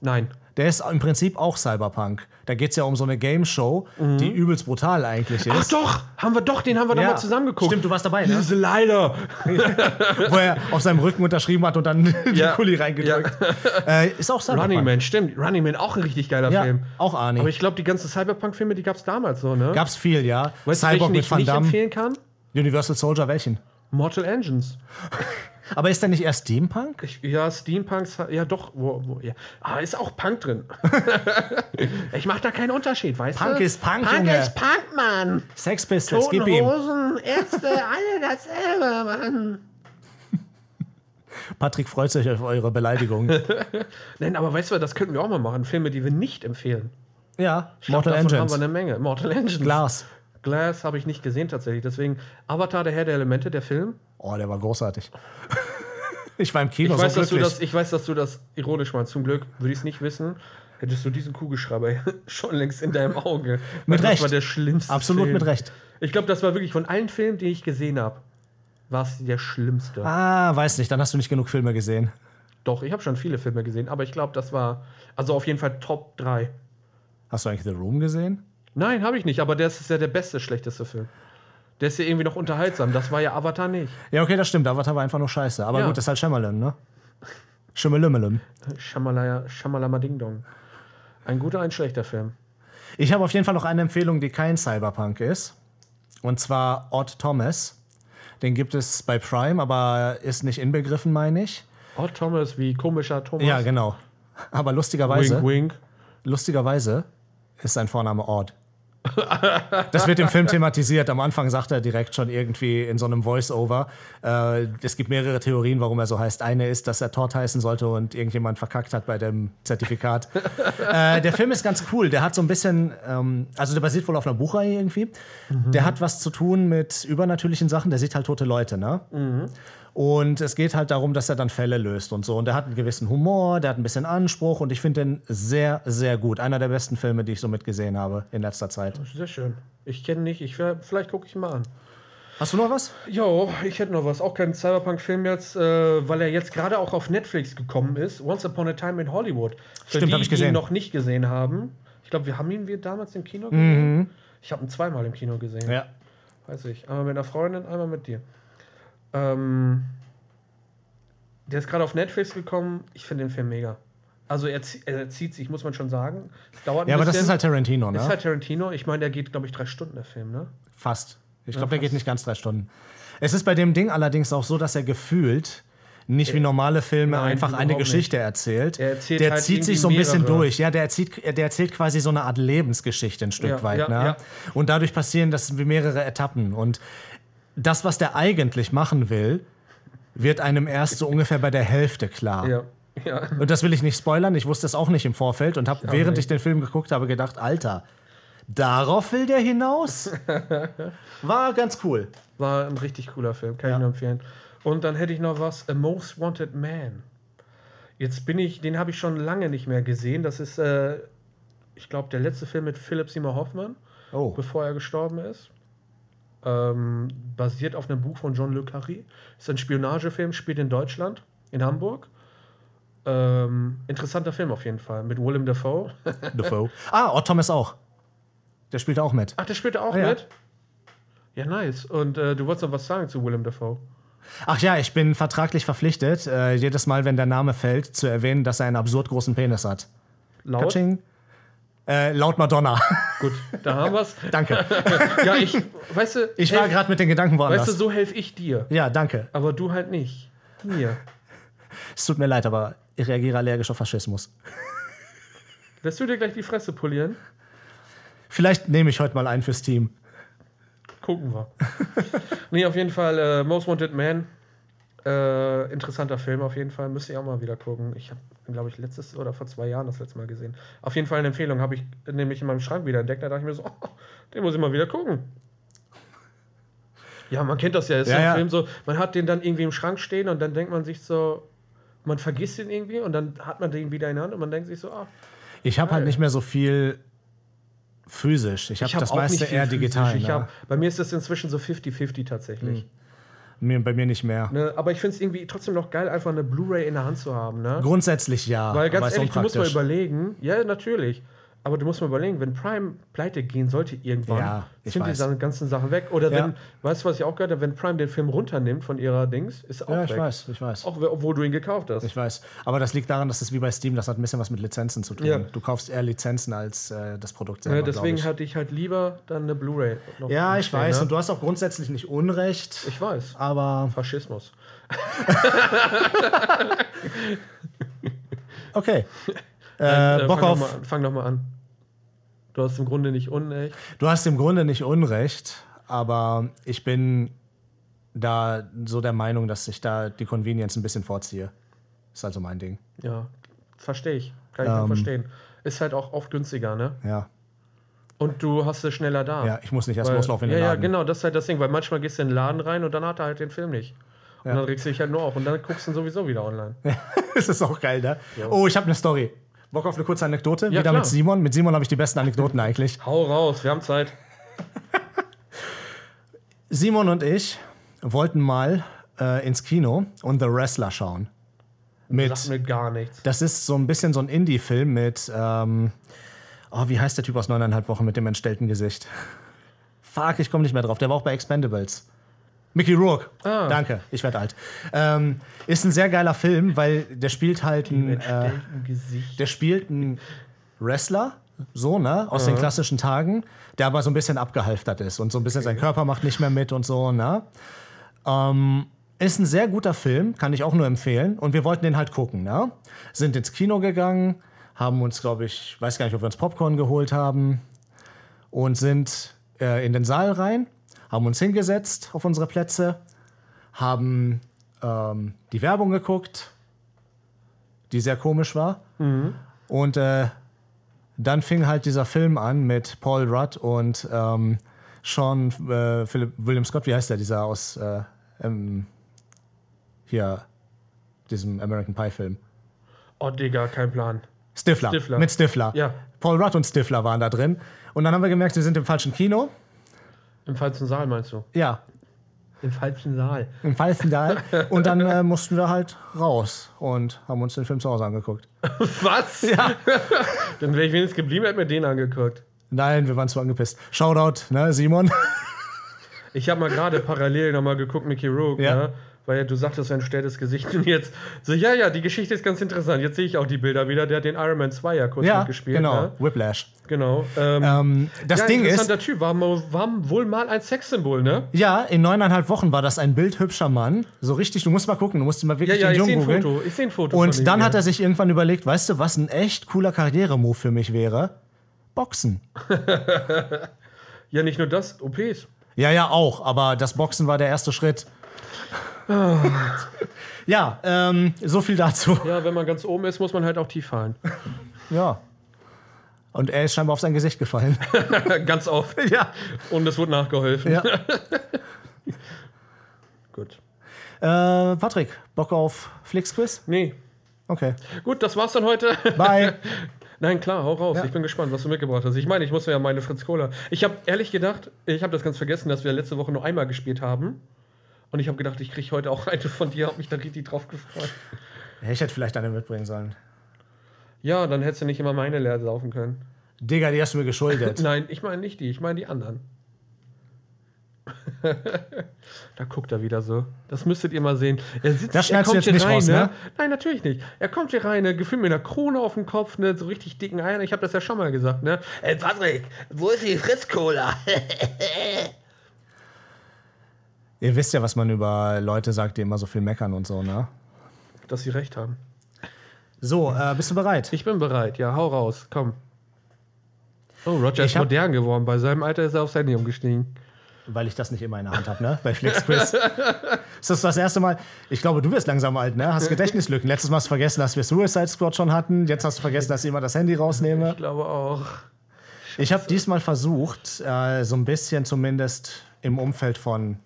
Nein.
Der ist im Prinzip auch Cyberpunk. Da geht es ja um so eine Game Show, die übelst brutal eigentlich
Mhm. Ach
ist.
doch, haben wir doch, den haben wir doch
Ja.
mal zusammengeguckt.
Stimmt, du warst dabei, ne?
Diese Leider.
Wo er auf seinem Rücken unterschrieben hat und dann den
Ja.
Kuli reingedrückt. Äh, ist auch Cyberpunk.
Running Man, stimmt. Running Man, auch ein richtig geiler
Ja,
Film.
auch Arnie.
Aber ich glaube, die ganzen Cyberpunk-Filme, die gab es damals so, ne?
Gab's viel, ja.
weißt du,
Cyborg
welchen
mit
ich
Van
nicht
Damme.
empfehlen kann?
Universal Soldier, welchen?
Mortal Engines.
Aber ist der nicht eher Steampunk?
Ich, ja, Steampunks, ja doch. Wo, wo, ja. Ah, ist auch Punk drin. ich mach da keinen Unterschied, weißt du?
Punk ist Punk,
Punk
Junge.
ist Punk, Mann.
Sex Pistols,
Toten
gib ihm.
Hosen, Ärzte, alle dasselbe, Mann.
Patrick freut sich auf eure Beleidigung.
Nein, aber weißt du, das könnten wir auch mal machen. Filme, die wir nicht empfehlen.
ja,
Ich glaub,
Mortal
davon haben wir
Engines.
eine Menge. Mortal Engines.
Glass.
Glass habe ich nicht gesehen tatsächlich. Deswegen Avatar, der Herr der Elemente, der Film.
Oh, der war großartig. ich war im Kino
Ich weiß, dass
so
du
Also glücklich.
das, ich weiß, dass du das ironisch meinst. Zum Glück würde ich es nicht wissen. Hättest du diesen Kugelschreiber schon längst in deinem Auge. Weil
Mit
das
Recht.
war der schlimmste
Absolut
Film.
mit Recht.
Ich glaube, das war wirklich von allen Filmen, die ich gesehen habe, war es der schlimmste.
Ah, weiß nicht, dann hast du nicht genug Filme gesehen.
Doch, ich habe schon viele Filme gesehen, aber ich glaube, das war also auf jeden Fall Top 3.
Hast du eigentlich The Room gesehen?
Nein, habe ich nicht, aber das ist ja der beste, schlechteste Film. Der ist ja irgendwie noch unterhaltsam. Das war ja Avatar nicht.
Ja, okay, das stimmt. Avatar war einfach nur scheiße. Aber
Ja.
gut, das ist halt Shyamalan, ne? Schimmelümmelüm.
Shamalaya, Shamalama Ding Dong. Ein guter, ein schlechter Film.
Ich habe auf jeden Fall noch eine Empfehlung, die kein Cyberpunk ist. Und zwar Odd Thomas. Den gibt es bei Prime, aber ist nicht inbegriffen, meine ich.
Odd Oh, Thomas wie komischer Thomas.
Ja, genau. Aber lustigerweise,
wink, wink.
lustigerweise ist sein Vorname Odd. Das wird im Film thematisiert. Am Anfang sagt er direkt schon irgendwie in so einem Voice-Over. Äh, es gibt mehrere Theorien, warum er so heißt. Eine ist, dass er Todd heißen sollte und irgendjemand verkackt hat bei dem Zertifikat. äh, der Film ist ganz cool. Der hat so ein bisschen, ähm, also der basiert wohl auf einer Buchreihe irgendwie. Der hat was zu tun mit übernatürlichen Sachen. Der sieht halt tote Leute, ne? Und es geht halt darum, dass er dann Fälle löst und so. Und der hat einen gewissen Humor, der hat ein bisschen Anspruch und ich finde den sehr, sehr gut. Einer der besten Filme, die ich so mitgesehen habe in letzter Zeit.
Sehr schön. Ich kenne nicht, ich, wär- vielleicht gucke ich ihn mal an.
Hast du noch was?
Jo, ich hätte noch was. Auch kein Cyberpunk-Film jetzt, äh, weil er jetzt gerade auch auf Netflix gekommen ist. Once Upon a Time in Hollywood. Für
Stimmt,
die,
hab ich
die
gesehen.
ihn noch nicht gesehen haben. Ich glaube, wir haben ihn wir damals im Kino gesehen. Ich habe ihn zweimal im Kino gesehen.
Mhm. Ja.
Weiß ich. Einmal mit einer Freundin, einmal mit dir. Ähm, der ist gerade auf Netflix gekommen. Ich finde den Film mega. Also er, zie- er zieht sich, muss man schon sagen. Es dauert ein
Ja, aber das
bisschen.
ist halt Tarantino, ne?
Ist halt Tarantino. Ich meine, der geht, glaube ich, drei Stunden, der Film, ne?
Fast. Ich glaube, der geht nicht ganz drei Stunden. Es ist bei dem Ding allerdings auch so, dass er gefühlt nicht wie normale Filme
Nein,
einfach eine
überhaupt
Geschichte erzählt.
Er erzählt
der
halt
zieht sich
irgendwie
so ein bisschen
mehrere.
durch. Ja, der erzählt, der erzählt quasi so eine Art Lebensgeschichte ein Stück
Ja,
weit.
ja,
ne?
ja.
Und dadurch passieren das mehrere Etappen. Und das, was der eigentlich machen will, wird einem erst so ungefähr bei der Hälfte klar.
Ja. Ja.
Und das will ich nicht spoilern. Ich wusste es auch nicht im Vorfeld und habe,
auch
während
nicht.
ich den Film geguckt habe, gedacht, Alter, darauf will der hinaus? War ganz cool.
War ein richtig cooler Film, kann ich nur empfehlen. Und dann hätte ich noch was, A Most Wanted Man. Jetzt bin ich, den habe ich schon lange nicht mehr gesehen. Das ist, äh, ich glaube, der letzte Film mit Philip Seymour Hoffman,
Oh.
bevor er gestorben ist. Ähm, basiert auf einem Buch von John Le Carré. Ist ein Spionagefilm, spielt in Deutschland, in Hamburg. Ähm, interessanter Film auf jeden Fall, mit Willem Dafoe.
Dafoe. Ah, Ott Thomas auch. Der spielt auch mit.
Ach, der spielt auch
Ah, ja.
mit? Ja, nice. Und äh, du wolltest noch was sagen zu Willem Dafoe.
Ach ja, ich bin vertraglich verpflichtet, äh, jedes Mal, wenn der Name fällt, zu erwähnen, dass er einen absurd großen Penis hat.
Laut?
Kaching. Äh, laut Madonna.
Gut, da haben wir's.
danke.
ja, ich, weißt du,
Ich war
helf-
gerade mit den Gedanken woanders.
weißt du, so helfe ich dir.
ja, danke.
Aber du halt nicht. Mir.
Es tut mir leid, aber ich reagiere allergisch auf Faschismus.
Lässt du dir gleich die Fresse polieren?
Vielleicht nehme ich heute mal einen fürs Team.
Gucken wir. nee, auf jeden Fall äh, Most Wanted Man. Äh, interessanter Film auf jeden Fall. Müsst ihr auch mal wieder gucken. Ich habe, glaube ich, letztes oder vor zwei Jahren das letzte Mal gesehen. Auf jeden Fall eine Empfehlung. Habe ich nämlich in meinem Schrank wieder entdeckt. Da dachte ich mir so, oh, den muss ich mal wieder gucken. Ja, man kennt das ja. Ist
Ja,
ja, ein
ja.
Film so, man hat den dann irgendwie im Schrank stehen und dann denkt man sich so, man vergisst ihn irgendwie und dann hat man den wieder in der Hand und man denkt sich so, ah,
Ich habe halt nicht mehr so viel physisch. Ich habe
hab
das
auch
meiste
nicht viel
eher
physisch.
digital.
Ich
ne? Hm.
hab, bei mir ist das inzwischen so 50-50 tatsächlich.
mir, bei mir nicht mehr.
Ne, aber ich finde es irgendwie trotzdem noch geil, einfach eine Blu-ray in der Hand zu haben. Ne?
Grundsätzlich ja.
Weil ganz
ist
ehrlich, du musst mal
unpraktisch.
überlegen. Ja, natürlich. Aber du musst mal überlegen, wenn Prime pleite gehen sollte irgendwann,
Ja, ich
sind
weiß.
die ganzen Sachen weg. Oder
Ja.
wenn, weißt du, was ich auch gehört habe, wenn Prime den Film runternimmt von ihrer Dings, ist er auch
Ja,
weg.
ich weiß, ich weiß.
Auch we- obwohl du ihn gekauft hast.
Ich weiß. Aber das liegt daran, dass das wie bei Steam, das hat ein bisschen was mit Lizenzen zu tun.
Ja.
Du kaufst eher Lizenzen als äh, das Produkt selber.
ne,
glaub
deswegen
ich.
hatte ich halt lieber dann eine Blu-ray. noch
Ja, ich
stehen,
weiß.
ne?
Und Ah. du hast auch grundsätzlich nicht Unrecht.
Ich weiß.
aber
Faschismus.
okay.
Äh,
Äh, Bock
fang
auf.
Noch mal, an- fang noch mal an. Du hast im Grunde nicht unrecht.
Du hast im Grunde nicht Unrecht, aber ich bin da so der Meinung, dass ich da die Convenience ein bisschen vorziehe. Ist also mein Ding.
Ja, verstehe ich. Kann ich
Ähm,
auch verstehen. Ist halt auch oft günstiger, ne?
Ja.
Und du hast es schneller da.
Ja, ich muss nicht erst
Weil-
loslaufen in den
ja,
Laden.
Ja, genau, das ist halt das Ding, weil manchmal gehst du in den Laden rein und dann hat er halt den Film nicht. Und dann regst du dich halt nur auf und dann guckst du ihn sowieso wieder online.
das ist auch geil, ne? Oh, ich habe eine Story. Bock auf eine kurze Anekdote? Wieder
klar.
mit Simon. Mit Simon habe ich die besten Anekdoten eigentlich.
Hau raus, wir haben Zeit.
Simon und ich wollten mal äh, ins Kino und The Wrestler schauen.
Sag
Mit,
mir gar nichts.
das ist so ein bisschen so ein Indie-Film mit, ähm, oh, wie heißt der Typ aus neuneinhalb Wochen mit dem entstellten Gesicht? Fuck, ich komme nicht mehr drauf. Der war auch bei Expendables. Mickey Rourke.
Ah.
Danke, ich werde alt. Ähm, ist ein sehr geiler Film, weil der spielt halt einen,
Mit
äh,
stelltem Gesicht.
der spielt einen Wrestler, so, ne, aus den klassischen Tagen, der aber so ein bisschen abgehalftert ist und so ein bisschen sein Körper macht nicht mehr mit und so, ne. Ähm, ist ein sehr guter Film, kann ich auch nur empfehlen. Und wir wollten den halt gucken, ne? Sind ins Kino gegangen, haben uns, glaube ich, weiß gar nicht, ob wir uns Popcorn geholt haben und sind äh, in den Saal rein, haben uns hingesetzt auf unsere Plätze, haben ähm, die Werbung geguckt, die sehr komisch war. Und äh, dann fing halt dieser Film an mit Paul Rudd und ähm, Sean äh, Philip, William Scott, wie heißt der, dieser aus äh, ähm, hier, diesem American Pie-Film.
Oh, Digga, kein Plan.
Stifler.
Stifler.
Mit Stifler.
Ja.
Paul Rudd und Stifler waren da drin. Und dann haben wir gemerkt, wir sind im falschen Kino.
Im falschen Saal meinst du?
Ja,
Im falschen Saal.
im Falsendal. und dann äh, mussten wir halt raus und haben uns den Film zu Hause angeguckt.
Was? Ja. dann wäre ich wenigstens geblieben, hätte mir den angeguckt.
Nein, wir waren zu angepisst. Shoutout, ne, Simon?
Ich habe mal gerade parallel nochmal geguckt, Mickey Rogue,
Ja.
ne? weil du sagtest, ein stelltes Gesicht. Und jetzt so, ja, ja, die Geschichte ist ganz interessant. Jetzt sehe ich auch die Bilder wieder. Der hat den Iron Man 2 ja kurz
ja,
mitgespielt.
genau.
Ne?
Whiplash.
genau. Ähm,
Ähm, das
ja,
Ding ist,
interessanter Typ. War, mal- war wohl mal ein Sexsymbol, ne?
Ja, in neuneinhalb Wochen war das ein bildhübscher Mann. So richtig, du musst mal gucken, du musst immer
Ja,
wirklich
ja,
den
ich
Jungen
sehe ein
googeln.
Foto. Ich sehe ein Foto.
Und dann
ihm,
hat
ja.
er sich irgendwann überlegt, weißt du, was ein echt cooler Karrieremove für mich wäre? Boxen.
Ja, nicht nur das, OPs.
Ja, ja, auch, aber das Boxen war der erste Schritt.
Oh.
ja, ähm, so viel dazu.
Ja, wenn man ganz oben ist, muss man halt auch tief fallen.
Ja. Und er ist scheinbar auf sein Gesicht gefallen.
ganz oft.
ja.
Und es wurde nachgeholfen.
ja.
Gut.
Äh, Patrick, Bock auf Flixquiz?
Nee.
Okay.
Gut, das war's dann heute.
Bye.
Nein, klar, hau raus.
Ja.
Ich bin gespannt, was du mitgebracht hast. Ich meine, ich muss ja meine Fritz Cola. Ich habe ehrlich gedacht, ich habe das ganz vergessen, dass wir letzte Woche nur einmal gespielt haben. Und ich habe gedacht, ich kriege heute auch eine von dir, habe mich da richtig drauf gefreut.
Ich hätte vielleicht eine mitbringen sollen.
Ja, dann hättest du nicht immer meine leer saufen können.
Digga, die hast du mir geschuldet.
Nein, ich meine nicht die, ich meine die anderen. da guckt er wieder so. Das müsstet ihr mal sehen. Er sitzt,
Das
er
schneidest du jetzt nicht
rein,
raus, ne?
Nein, natürlich nicht. Er kommt hier rein, ne, gefühlt mit einer Krone auf dem Kopf, ne, so richtig dicken Eiern. Ich habe das ja schon mal gesagt, ne? Ey, Patrick, wo ist die Fritz-Cola?
Ihr wisst ja, was man über Leute sagt, die immer so viel meckern und so, ne?
Dass sie recht haben.
So, äh, bist du bereit?
Ich bin bereit, ja, hau raus, komm. Oh, Roger ist
Ich hab-
modern geworden. Bei seinem Alter ist er aufs Handy umgestiegen.
Weil ich das nicht immer in der Hand habe, ne? Bei Flixquiz. ist das das erste Mal? Ich glaube, du wirst langsam alt, ne? Hast Gedächtnislücken. Letztes Mal hast du vergessen, dass wir Suicide Squad schon hatten. Jetzt hast du vergessen, dass ich immer das Handy rausnehme.
Ich glaube auch.
Ich habe diesmal versucht, äh, so ein bisschen zumindest im Umfeld von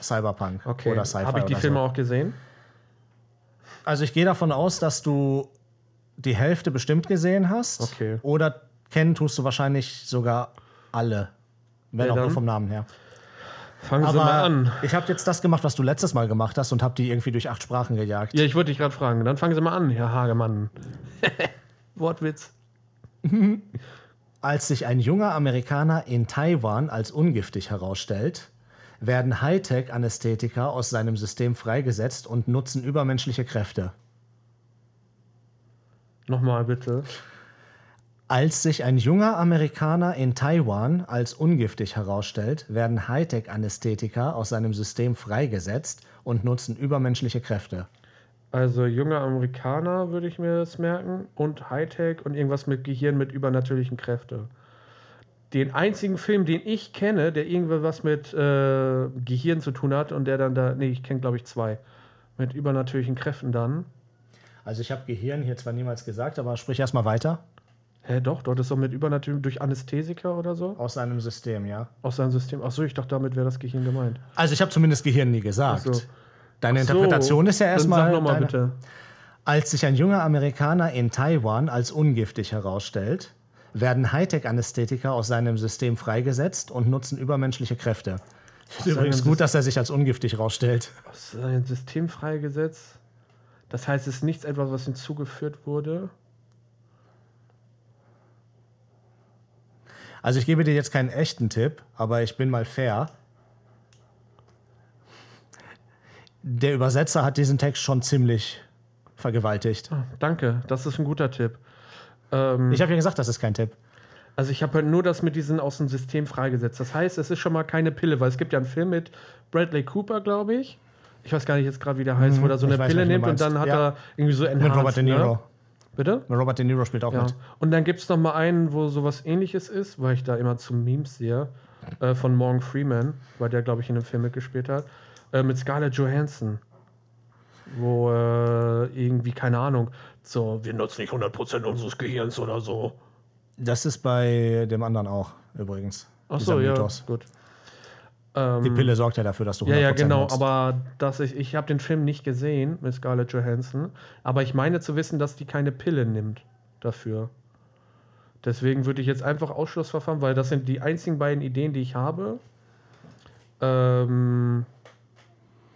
Cyberpunk
Okay,
oder Sci-Fi.
habe ich die
oder
Filme
so.
auch gesehen?
Also ich gehe davon aus, dass du die Hälfte bestimmt gesehen hast.
Okay.
Oder kennen tust du wahrscheinlich sogar alle. Wenn
Ja,
auch nur
dann.
vom Namen her.
Fangen Sie mal an.
Aber ich habe jetzt das gemacht, was du letztes Mal gemacht hast und habe die irgendwie durch acht Sprachen gejagt.
Ja, ich wollte dich gerade fragen. Dann fangen Sie mal an, Herr Hagemann. Wortwitz.
Als sich ein junger Amerikaner in Taiwan als ungiftig herausstellt, werden Hightech-Anästhetika aus seinem System freigesetzt und nutzen übermenschliche Kräfte.
Nochmal bitte.
Als sich ein junger Amerikaner in Taiwan als ungiftig herausstellt, werden Hightech-Anästhetika aus seinem System freigesetzt und nutzen übermenschliche Kräfte.
Also junger Amerikaner würde ich mir das merken und Hightech und irgendwas mit Gehirn mit übernatürlichen Kräften. Den einzigen Film, den ich kenne, der irgendwas mit äh, Gehirn zu tun hat und der dann da, nee, ich kenne glaube ich zwei, mit übernatürlichen Kräften dann.
Also ich habe Gehirn hier zwar niemals gesagt, aber sprich erstmal weiter.
Hä, doch, dort ist doch mit übernatürlichen, durch Anästhesiker oder so
Aus seinem System, ja.
aus seinem System. Achso, ich dachte, damit wäre das Gehirn gemeint.
Also ich habe zumindest Gehirn nie gesagt.
Ach so.
Deine Interpretation
So,
ist ja
Dann
erstmal.
sag nochmal
deine-
bitte.
Als sich ein junger Amerikaner in Taiwan als ungiftig herausstellt, werden Hightech-Anästhetika aus seinem System freigesetzt und nutzen übermenschliche Kräfte. Ist übrigens
seinem
gut, dass er sich als ungiftig herausstellt.
Das ist ein System freigesetzt. Das heißt, es ist nichts etwas, was hinzugeführt wurde.
Also ich gebe dir jetzt keinen echten Tipp, aber ich bin mal fair. Der Übersetzer hat diesen Text schon ziemlich vergewaltigt.
Ah. Danke, das ist ein guter Tipp. Ähm,
Ich habe ja gesagt, das ist kein Tipp.
also ich habe halt nur das mit diesen aus dem System freigesetzt. Das heißt, es ist schon mal keine Pille, weil es gibt ja einen Film mit Bradley Cooper, glaube ich. Ich weiß gar nicht jetzt gerade, wie der heißt, wo er so
Mhm, ich
eine
weiß,
Pille
welchen du
nimmt und dann
meinst.
hat
Ja.
er irgendwie so enhanced,
Mit Robert De Niro.
Ne? Bitte?
Robert De Niro spielt auch
Ja.
mit.
Und dann gibt es noch mal einen, wo sowas ähnliches ist, weil ich da immer zu Memes sehe, äh, von Morgan Freeman, weil der, glaube ich, in dem Film mitgespielt hat, äh, mit Scarlett Johansson. Wo äh, irgendwie, keine Ahnung, so, wir nutzen nicht 100% unseres Gehirns oder so.
Das ist bei dem anderen auch übrigens.
Ach
Dieser
so, ja,
Mythos.
gut. Ähm,
Die Pille sorgt ja dafür, dass du 100%
Ja, ja, genau,
nutzt.
aber dass ich, ich habe den Film nicht gesehen mit Scarlett Johansson, aber ich meine zu wissen, dass die keine Pille nimmt dafür. Deswegen würde ich jetzt einfach Ausschlussverfahren, weil das sind die einzigen beiden Ideen, die ich habe. Ähm,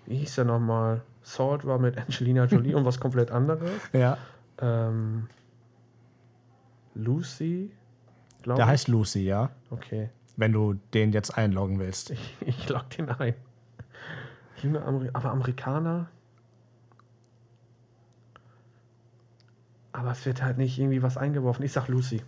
wie hieß der nochmal? Salt war mit Angelina Jolie und was komplett anderes.
Ja,
Ähm, Lucy, glaube
der heißt Lucy, ja.
Okay.
Wenn du den jetzt einloggen willst.
Ich, ich log den ein. Junge Ameri aber Amerikaner. Aber es wird halt nicht irgendwie was eingeworfen. Ich sag Lucy.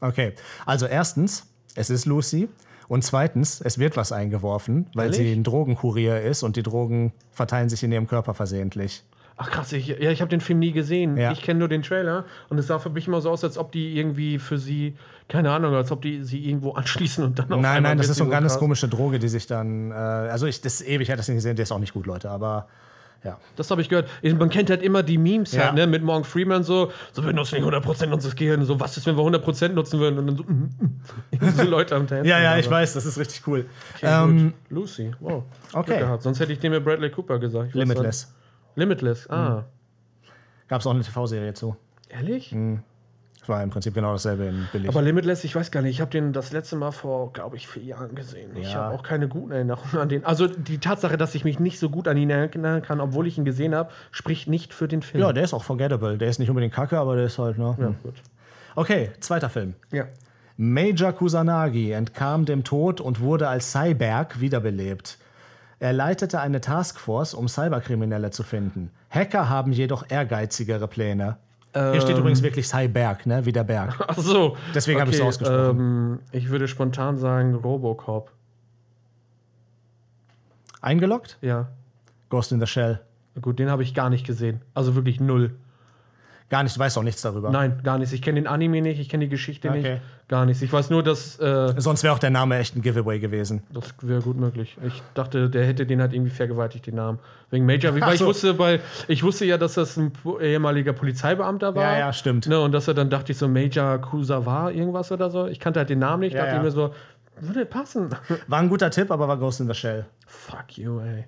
Okay, also erstens, es ist Lucy. Und zweitens, es wird was eingeworfen, weil
Ehrlich?
sie ein Drogenkurier ist und die Drogen verteilen sich in ihrem Körper versehentlich.
Ach krass, ich, ja, ich habe den Film nie gesehen.
Ja.
Ich kenne nur den Trailer und es sah für mich immer so aus, als ob die irgendwie für sie, keine Ahnung, als ob die sie irgendwo anschließen und dann auf
Nein,
einmal
nein, das
wird
ist so
sie
eine ganz
krass.
komische Droge, die sich dann. Äh, also, ich, das ist ewig, ich hatte das nicht gesehen, der ist auch nicht gut, Leute, aber ja.
Das habe ich gehört. Man kennt halt immer die Memes
Ja.
halt, ne? mit Morgan Freeman so, so wir nutzen nicht 100% unseres Gehirns, so was ist, wenn wir 100% nutzen würden und dann so, mm, mm, so Leute am Tanzen.
Ja, ja,
Aber-
ich weiß, das ist richtig cool.
also Okay,
ähm,
gut. Lucy, wow.
Okay.
Glück Gehabt. Sonst hätte ich dem mit Bradley Cooper gesagt. Ich weiß
Limitless. Mhm.
dann- Limitless, ah.
Gab es auch eine TV-Serie zu.
Ehrlich?
War im Prinzip genau dasselbe in Billig.
Aber Limitless, ich weiß gar nicht, ich habe den das letzte Mal vor, glaube ich, vier Jahren gesehen. Ich
Ja.
habe auch keine guten Erinnerungen an den. Also die Tatsache, dass ich mich nicht so gut an ihn erinnern kann, obwohl ich ihn gesehen habe, spricht nicht für den Film.
ja, der ist auch forgettable. Der ist nicht unbedingt kacke, aber der ist halt, ne?
ja gut.
Okay, zweiter Film.
Ja.
Major Kusanagi entkam dem Tod und wurde als Cyberg wiederbelebt. Er leitete eine Taskforce, um Cyberkriminelle zu finden. Hacker haben jedoch ehrgeizigere Pläne. Hier
Ähm.
steht übrigens wirklich Cyberg, ne? Wie der Berg.
Ach so.
Deswegen habe ich's ausgesprochen.
Ähm, ich würde spontan sagen Robocop.
Eingeloggt?
Ja.
Ghost in the Shell.
Gut, den habe ich gar nicht gesehen. Also wirklich null.
Gar nicht, du weißt auch nichts darüber.
Nein, gar nichts. Ich kenne den Anime nicht, ich kenne die Geschichte
Okay.
nicht. Gar nichts. Ich weiß nur, dass. Äh,
Sonst wäre auch der Name echt ein Giveaway gewesen.
das wäre gut möglich. Ich dachte, der hätte den halt irgendwie vergewaltigt, den Namen. Wegen Major.
Ach
Weil ich
so.
wusste, weil ich wusste ja, dass das ein po- ehemaliger Polizeibeamter war.
Ja, ja, stimmt.
Ne, und dass er dann dachte ich so, Major Kusawa irgendwas oder so. Ich kannte halt den Namen nicht,
Ja,
dachte
ja.
ich mir so, würde passen.
War ein guter Tipp, aber war Ghost in the Shell.
Fuck you, ey.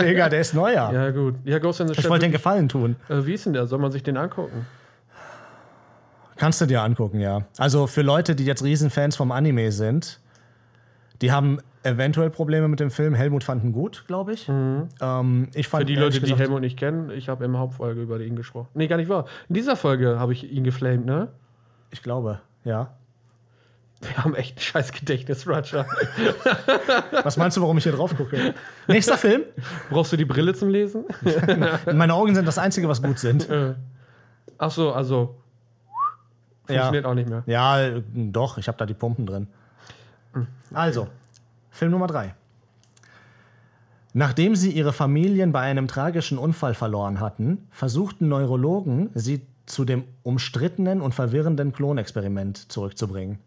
Digga, der ist neuer.
Ja, gut. Ja, Ghost in the
Ich
Shell.
wollte den Gefallen tun.
Äh, wie ist denn der? Soll man sich den angucken?
Kannst du dir angucken, ja. Also für Leute, die jetzt Riesenfans vom Anime sind, die haben eventuell Probleme mit dem Film. Helmut fand ihn gut, glaube ich. Ähm, ich fand
Für die Leute,
ehrlich
die
gesagt,
Helmut nicht kennen, ich habe in der Hauptfolge über ihn gesprochen. Nee, gar nicht wahr. In dieser Folge habe ich ihn geflamed, ne?
Ich glaube, ja.
Wir haben echt ein scheiß Gedächtnis, Roger.
Was meinst du, warum ich hier drauf gucke? Nächster Film.
Brauchst du die Brille zum Lesen?
Meine Augen sind das Einzige, was gut sind.
Äh. Ach so, also.
Ja,
Funktioniert auch nicht mehr.
ja äh, doch, ich habe da die Pumpen drin. Also, Film Nummer drei. Nachdem sie ihre Familien bei einem tragischen Unfall verloren hatten, versuchten Neurologen, sie zu dem umstrittenen und verwirrenden Klonexperiment zurückzubringen.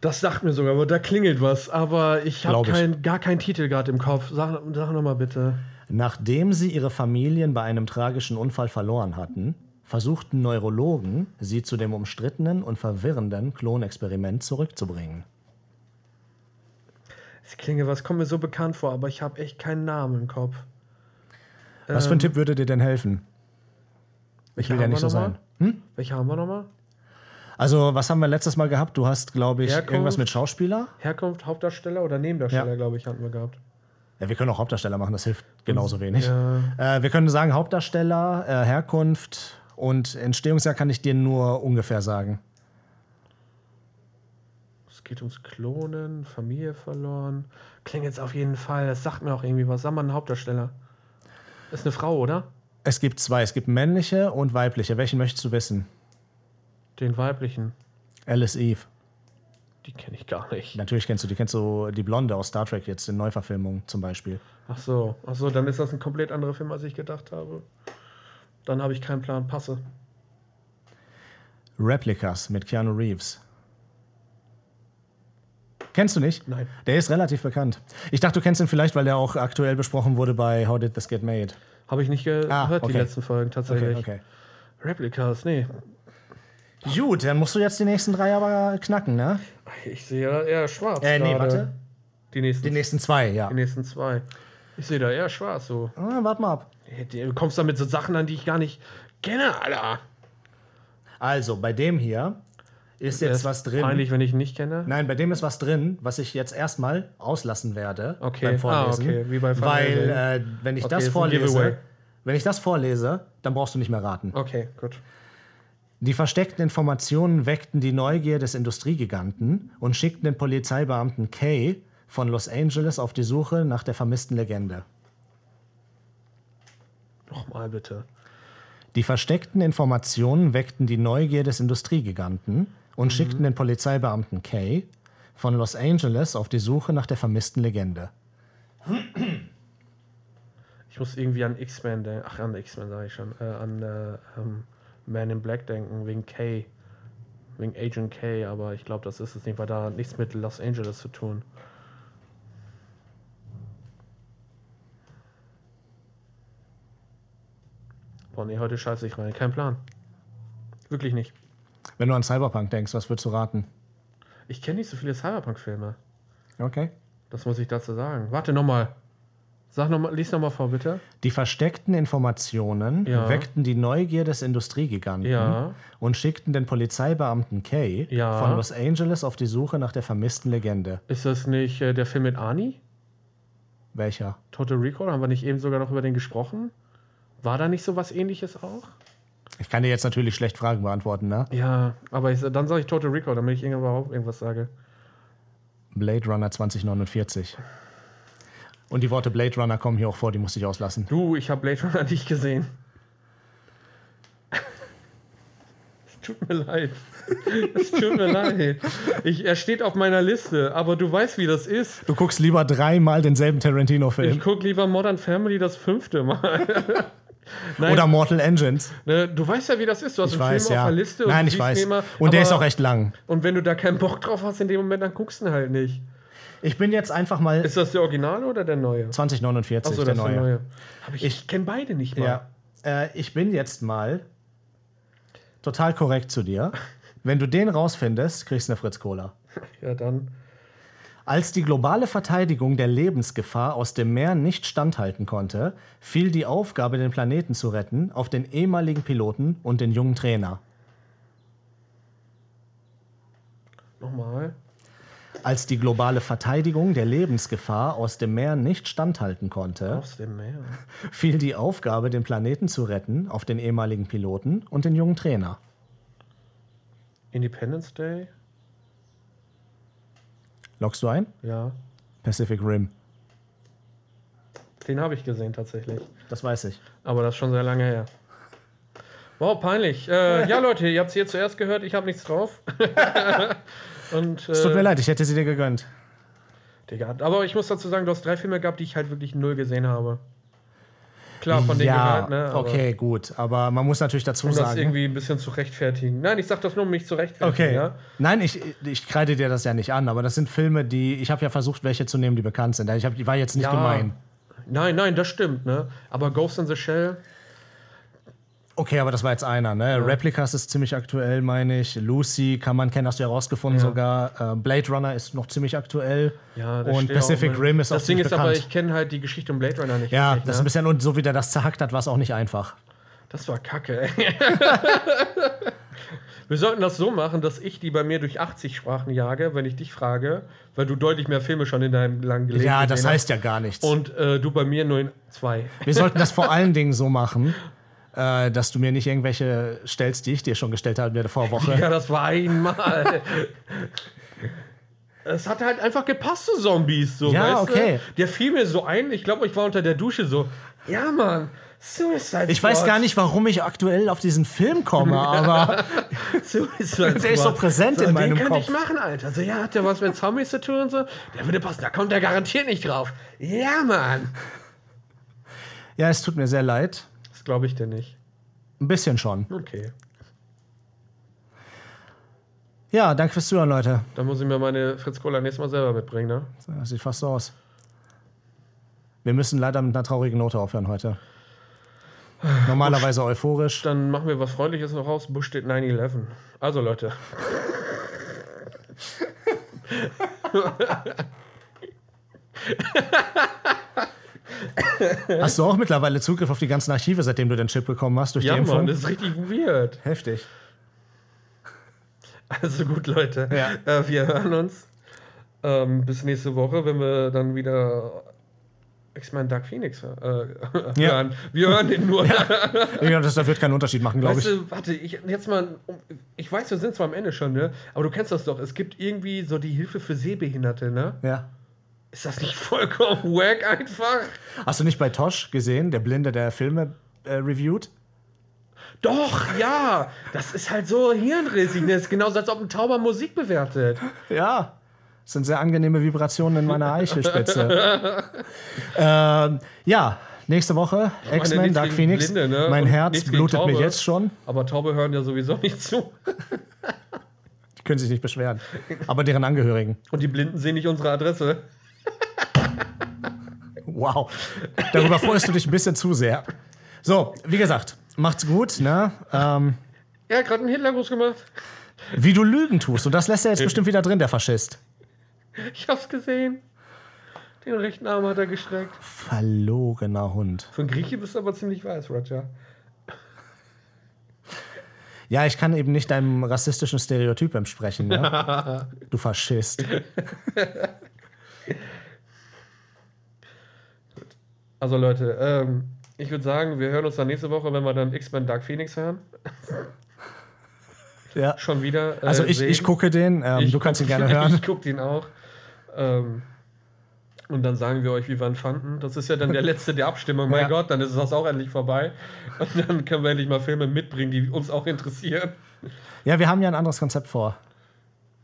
Das sagt mir sogar, aber da klingelt was. Aber ich habe
Glaub ich.
kein, gar keinen Titel gerade im Kopf. Sag, sag nochmal bitte.
Nachdem sie ihre Familien bei einem tragischen Unfall verloren hatten, versuchten Neurologen, sie zu dem umstrittenen und verwirrenden Klonexperiment zurückzubringen.
Es klingelt was, kommt mir so bekannt vor, aber ich habe echt keinen Namen im Kopf.
Was für ein Tipp würde dir denn helfen? Ich will ja
haben
nicht so
wir
sein. Hm?
nochmal? Welche haben wir nochmal?
Also, was haben wir letztes Mal gehabt? Du hast, glaube ich,
Herkunft.
irgendwas mit Schauspieler?
Herkunft, Hauptdarsteller oder Nebendarsteller,
Ja.
glaube ich, hatten wir gehabt.
Ja, wir können auch Hauptdarsteller machen, das hilft genauso wenig.
Ja.
Äh, wir können sagen Hauptdarsteller, äh, Herkunft und Entstehungsjahr kann ich dir nur ungefähr sagen.
Es geht ums Klonen, Familie verloren. Klingt jetzt auf jeden Fall, das sagt mir auch irgendwie was. Sag mal einen Hauptdarsteller. Ist eine Frau, oder?
Es gibt zwei, es gibt männliche und weibliche. Welchen möchtest du wissen?
Den weiblichen.
Alice Eve.
Die kenne ich gar nicht.
Natürlich kennst du die, kennst du die Blonde aus Star Trek jetzt in Neuverfilmung zum Beispiel.
Ach so, ach so, dann ist das ein komplett anderer Film, als ich gedacht habe. Dann habe ich keinen Plan. Passe.
Replicas mit Keanu Reeves. Kennst du nicht?
Nein.
Der ist relativ bekannt. Ich dachte, du kennst ihn vielleicht, weil der auch aktuell besprochen wurde bei How Did This Get Made?
Habe ich nicht gehört,
Ah, okay.
die letzten Folgen tatsächlich.
Okay, okay.
Replikas, nee.
Gut, dann musst du jetzt die nächsten drei aber knacken, ne?
Ich sehe da eher schwarz.
Äh, nee,
gerade.
warte.
Die nächsten,
Die nächsten zwei, ja.
die nächsten zwei. Ich sehe da eher schwarz so.
Ah, warte mal ab.
Du kommst da mit so Sachen an, die ich gar nicht kenne, Alter.
Also, bei dem hier ist
Ja,
jetzt
ist
was drin.
Peinlich, wenn ich ihn nicht kenne.
Nein, bei dem ist was drin, was ich jetzt erstmal auslassen werde
Okay.
beim
Ah,
Vorlesen.
okay, wie bei Van
Weil, äh,
Helsing.
wenn ich
Okay,
das
ist ein Giveaway.
vorlese, wenn ich das vorlese, dann brauchst du nicht mehr raten.
Okay, gut.
Die versteckten Informationen weckten die Neugier des Industriegiganten und schickten den Polizeibeamten Kay von Los Angeles auf die Suche nach der vermissten Legende.
Nochmal bitte.
Die versteckten Informationen weckten die Neugier des Industriegiganten und schickten den Polizeibeamten Kay von Los Angeles auf die Suche nach der vermissten Legende.
Ich muss irgendwie an X-Men denken. Ach, an X-Men sage ich schon. Äh, an äh, ähm, Man in Black denken, wegen K. Wegen Agent K, aber ich glaube, das ist es nicht, weil da hat nichts mit Los Angeles zu tun. Boah, nee, heute scheiße ich rein. Kein Plan. Wirklich nicht.
Wenn du an Cyberpunk denkst, was würdest du raten?
Ich kenne nicht so viele Cyberpunk-Filme.
Okay.
Das muss ich dazu sagen. Warte nochmal. Sag noch mal, lies nochmal vor, bitte.
Die versteckten Informationen
Ja.
weckten die Neugier des Industriegiganten
Ja.
und schickten den Polizeibeamten Kay
Ja.
von Los Angeles auf die Suche nach der vermissten Legende.
Ist das nicht äh, der Film mit Ani?
Welcher?
Total Recall? Haben wir nicht eben sogar noch über den gesprochen? War da nicht so was ähnliches auch?
Ich kann dir jetzt natürlich schlecht Fragen beantworten, ne?
Ja, aber ich, dann sage ich Total Recall, damit ich irgendwann überhaupt irgendwas sage.
Blade Runner 2049. Und die Worte Blade Runner kommen hier auch vor, die musste ich auslassen.
Du, ich habe Blade Runner nicht gesehen. Es tut mir leid. Es tut mir leid. Ich, er steht auf meiner Liste, aber du weißt, wie das ist.
Du guckst lieber dreimal denselben
Ich
Tarantino-Film.
gucke lieber Modern Family das fünfte Mal. Nein,
Oder Mortal Engines.
ne, du weißt ja, wie das ist. Du hast
Ich
einen
weiß,
Film
ja.
auf der Liste
Nein,
du
ich
siehst
weiß.
ihn immer,
Und der ist
aber-
auch echt lang.
Und wenn du da keinen Bock drauf hast in dem Moment, dann guckst du ihn halt nicht.
Ich bin jetzt einfach mal
Ist das der Originale oder der neue?
2049,
Achso,
der
das ist
neue.
der neue. Hab ich ich kenne beide nicht mal.
Ja. Äh, ich bin jetzt mal total korrekt zu dir. Wenn du den rausfindest, kriegst du eine Fritz Cola.
ja dann.
Als die globale Verteidigung der Lebensgefahr aus dem Meer nicht standhalten konnte, fiel die Aufgabe, den Planeten zu retten, auf den ehemaligen Piloten und den jungen Trainer.
Nochmal.
Als die globale Verteidigung der Lebensgefahr aus dem Meer nicht standhalten konnte,
Aus dem Meer.
fiel die Aufgabe, den Planeten zu retten, auf den ehemaligen Piloten und den jungen Trainer.
Independence Day?
Lockst du ein?
Ja.
Pacific Rim.
Den habe ich gesehen tatsächlich.
Das weiß ich.
Aber das ist schon sehr lange her. Wow, peinlich. Äh, ja, Leute, ihr habt es hier zuerst gehört, ich habe nichts drauf. Und, äh,
Es tut mir leid, ich hätte sie dir gegönnt.
Digga, aber ich muss dazu sagen, du hast drei Filme gehabt, die ich halt wirklich null gesehen habe. Klar, von denen
ja,
gehört, ne? aber-
okay, gut. Aber man muss natürlich dazu
Um das
sagen.
irgendwie ein bisschen zu rechtfertigen. Nein, ich sag das nur, um mich zu rechtfertigen.
Okay.
Ja?
Nein, ich, ich kreide dir das ja nicht an, aber das sind Filme, die. Ich habe ja versucht, welche zu nehmen, die bekannt sind. Also Ich hab, die war jetzt nicht
Ja.
gemein.
Nein, nein, das stimmt, ne? Aber Ghost in the Shell,
Okay, aber das war jetzt einer, ne? Replicas ist ziemlich aktuell, meine ich. Lucy kann man kennen, hast du ja rausgefunden
Ja.
sogar. Äh, Blade Runner ist noch ziemlich aktuell.
ja, das
Und
steht auch
Pacific
mal-
Rim ist auch
Das Ding
ziemlich
ist aber,
bekannt.
ich kenne halt die Geschichte um Blade Runner nicht.
ja,
richtig,
das ist
ne?
ein bisschen, und so wie der das zerhackt hat, war es auch nicht einfach.
Das war kacke, ey. Wir sollten das so machen, dass ich die bei mir durch 80 Sprachen jage, wenn ich dich frage, weil du deutlich mehr Filme schon in deinem langen Leben
Ja, das
gesehen
heißt ja gar nichts.
hast. ne? Und äh, du bei mir nur in zwei.
Wir sollten das vor allen Dingen so machen, äh, dass du mir nicht irgendwelche stellst, die ich dir schon gestellt habe in der Vorwoche.
Ja, das war einmal. Es hat halt einfach gepasst zu Zombies. So,
Ja,
weißt
okay.
Du? Der fiel mir so ein. Ich glaube, ich war unter der Dusche so. Ja, Mann. Suicide
Ich weiß
Squad,
gar nicht, warum ich aktuell auf diesen Film komme, aber
Suicide
Der ist
Squad.
so präsent in meinem
den kann
Kopf.
ich machen, Alter. So, ja, hat der was mit Zombies zu tun und so? Der würde passen. Da kommt er garantiert nicht drauf. Ja, Mann.
ja, es tut mir sehr leid.
Das glaube ich dir nicht.
Ein bisschen schon.
Okay.
Ja, danke fürs Zuhören, Leute.
Dann muss ich mir meine Fritz Cola nächstes Mal selber mitbringen, ne?
Das sieht fast so aus. Wir müssen leider mit einer traurigen Note aufhören heute. Normalerweise euphorisch.
Dann machen wir was Freundliches noch raus. Bush steht 9-11. Also, Leute.
Hast du auch mittlerweile Zugriff auf die ganzen Archive, seitdem du den Chip bekommen hast durch
Ja,
die
Mann,
Impfung?
das ist richtig weird.
Heftig.
Also gut, Leute.
Ja.
Äh, wir hören uns ähm, bis nächste Woche, wenn wir dann wieder X-Men Dark Phoenix äh, hören.
Ja.
Wir hören den nur.
Ich glaube, das das wird keinen Unterschied machen, glaube
Weißt
ich.
du, warte, ich, jetzt mal, um- ich weiß, wir sind zwar am Ende schon, ne? aber du kennst das doch. Es gibt irgendwie so die Hilfe für Sehbehinderte, ne?
Ja.
Ist das nicht vollkommen wack einfach?
Hast du nicht bei Tosh gesehen, der Blinde, der Filme äh, reviewt?
Doch, ja. Das ist halt so hirnrissig. ne? Das ist genauso, als ob ein Tauber Musik bewertet.
Ja. Das sind sehr angenehme Vibrationen in meiner Eichelspitze. ähm, ja, nächste Woche X-Men,
nichts
Dark
gegen
Phoenix.
Blinde, ne?
Mein
Und
Herz
nichts gegen
blutet mir
Taube.
jetzt schon.
Aber Taube hören ja sowieso nicht zu.
Die können sich nicht beschweren. Aber deren Angehörigen.
Und die Blinden sehen nicht unsere Adresse.
Wow. Darüber freust du dich ein bisschen zu sehr. So, wie gesagt, macht's gut. Ne? Ähm,
Er hat gerade einen Hitlergruß gemacht.
wie du Lügen tust. Und das lässt er jetzt bestimmt wieder drin, der Faschist.
Ich hab's gesehen. Den rechten Arm hat er gestreckt.
Verlogener Hund.
Für einen Grieche bist du aber ziemlich weiß, Roger.
Ja, ich kann eben nicht deinem rassistischen Stereotyp entsprechen. Ne? du Faschist.
Also Leute, ähm, ich würde sagen, wir hören uns dann nächste Woche, wenn wir dann X-Men Dark Phoenix hören.
Ja.
Schon wieder. äh,
Also ich,
sehen.
ich gucke den, ähm,
Ich
du kannst ihn
guck
gerne hören.
Ich gucke den auch. Ähm, und dann sagen wir euch, wie wir ihn fanden. Das ist ja dann der letzte der Abstimmung. Mein
Ja.
Gott, dann ist das auch endlich vorbei. Und dann können wir endlich mal Filme mitbringen, die uns auch interessieren.
Ja, wir haben ja ein anderes Konzept vor.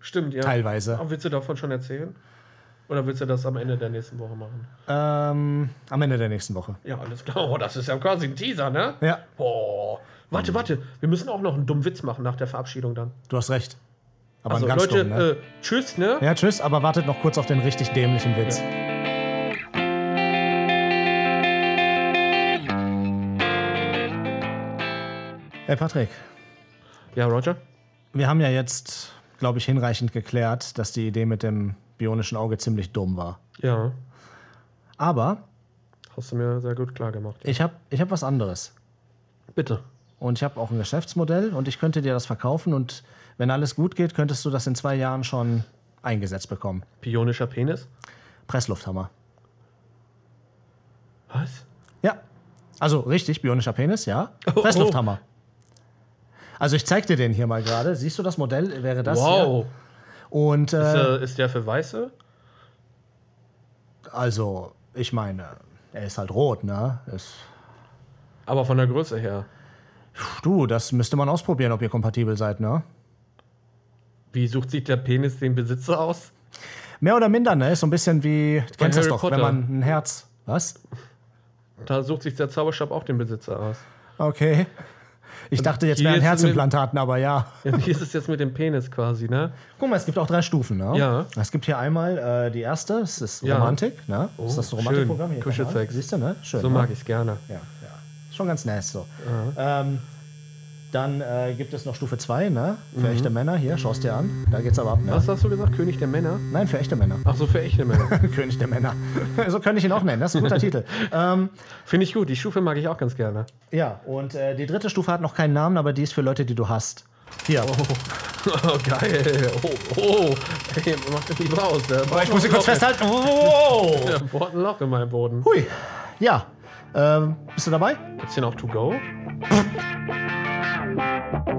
Stimmt, ja.
Teilweise.
Aber willst du davon schon erzählen? Oder willst du das am Ende der nächsten Woche machen?
Ähm, am Ende der nächsten Woche.
Ja, alles klar. Oh, das ist ja quasi ein Teaser, ne?
Ja, Hm.
Oh. Warte, warte. Wir müssen auch noch einen dummen Witz machen nach der Verabschiedung dann.
du hast recht. Aber
Also,
ein ganz
Leute,
dumm, ne?
äh, tschüss, ne?
Ja, tschüss, aber wartet noch kurz auf den richtig dämlichen Witz. Hey Patrick,
Ja, Roger?
wir haben ja jetzt, glaube ich, hinreichend geklärt, dass die Idee mit dem bionischen Auge ziemlich dumm war.
Ja.
Aber
Hast du mir sehr gut klar gemacht.
ich habe ich hab was anderes.
Bitte.
Und ich habe auch ein Geschäftsmodell und ich könnte dir das verkaufen und wenn alles gut geht, könntest du das in zwei Jahren schon eingesetzt bekommen.
Pionischer Penis?
Presslufthammer.
Was?
Ja. Also richtig, bionischer Penis, ja.
oh.
Presslufthammer. Also ich zeig dir den hier mal gerade. Siehst du das Modell? Wäre das
wow.
hier?
Ist,
Und äh,
äh, ist der für Weiße?
also, ich meine, er ist halt rot, ne? Ist,
Aber von der Größe her.
du, das müsste man ausprobieren, ob ihr kompatibel seid, ne?
Wie sucht sich der Penis den Besitzer aus?
Mehr oder minder, ne? Ist so ein bisschen wie, du kennst das
Harry
doch,
Potter.
wenn man ein Herz. Was?
Da sucht sich der Zauberstab auch den Besitzer aus.
Okay. Ich dachte, jetzt
hier
wären
ist es mit-
Herzimplantaten, aber ja.
Ja, Wie ist es jetzt mit dem Penis quasi, ne?
Guck mal, es gibt auch drei Stufen, ne?
Ja.
Es gibt hier einmal äh, die erste, es ist
Ja. Oh,
Romantik, ne? ist das ein
schön.
Romantikprogramm hier?
Kuschelsex.
keine Ahnung. Siehst du, ne? Schön.
So
ne?
mag ich es gerne.
Ja, ja. Ist Schon ganz nice so. Ähm, dann äh, gibt es noch Stufe 2, ne? Für echte Männer. Hier, schaust dir an. Da geht's aber ab, ne?
Mhm. Was hast du gesagt? König der Männer?
Nein, für echte Männer.
Ach so, für echte Männer.
König der Männer. so könnte ich ihn auch nennen. Das ist ein guter Titel. Ähm,
Finde ich gut. Die Stufe mag ich auch ganz gerne.
ja, und äh, die dritte Stufe hat noch keinen Namen, aber die ist für Leute, die du hast. Hier.
Oh, geil. Oh, oh. Ey, mach das ne? lieber aus. Der bohrt
ich muss sie
ein
kurz
Loch in-
festhalten. Wow.
Der bohrt ein Loch in meinem Boden.
Hui. Ja. Ähm, bist du dabei?
Gibt's den auch to go?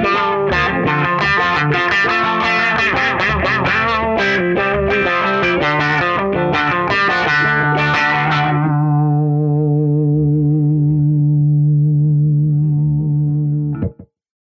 Thank you.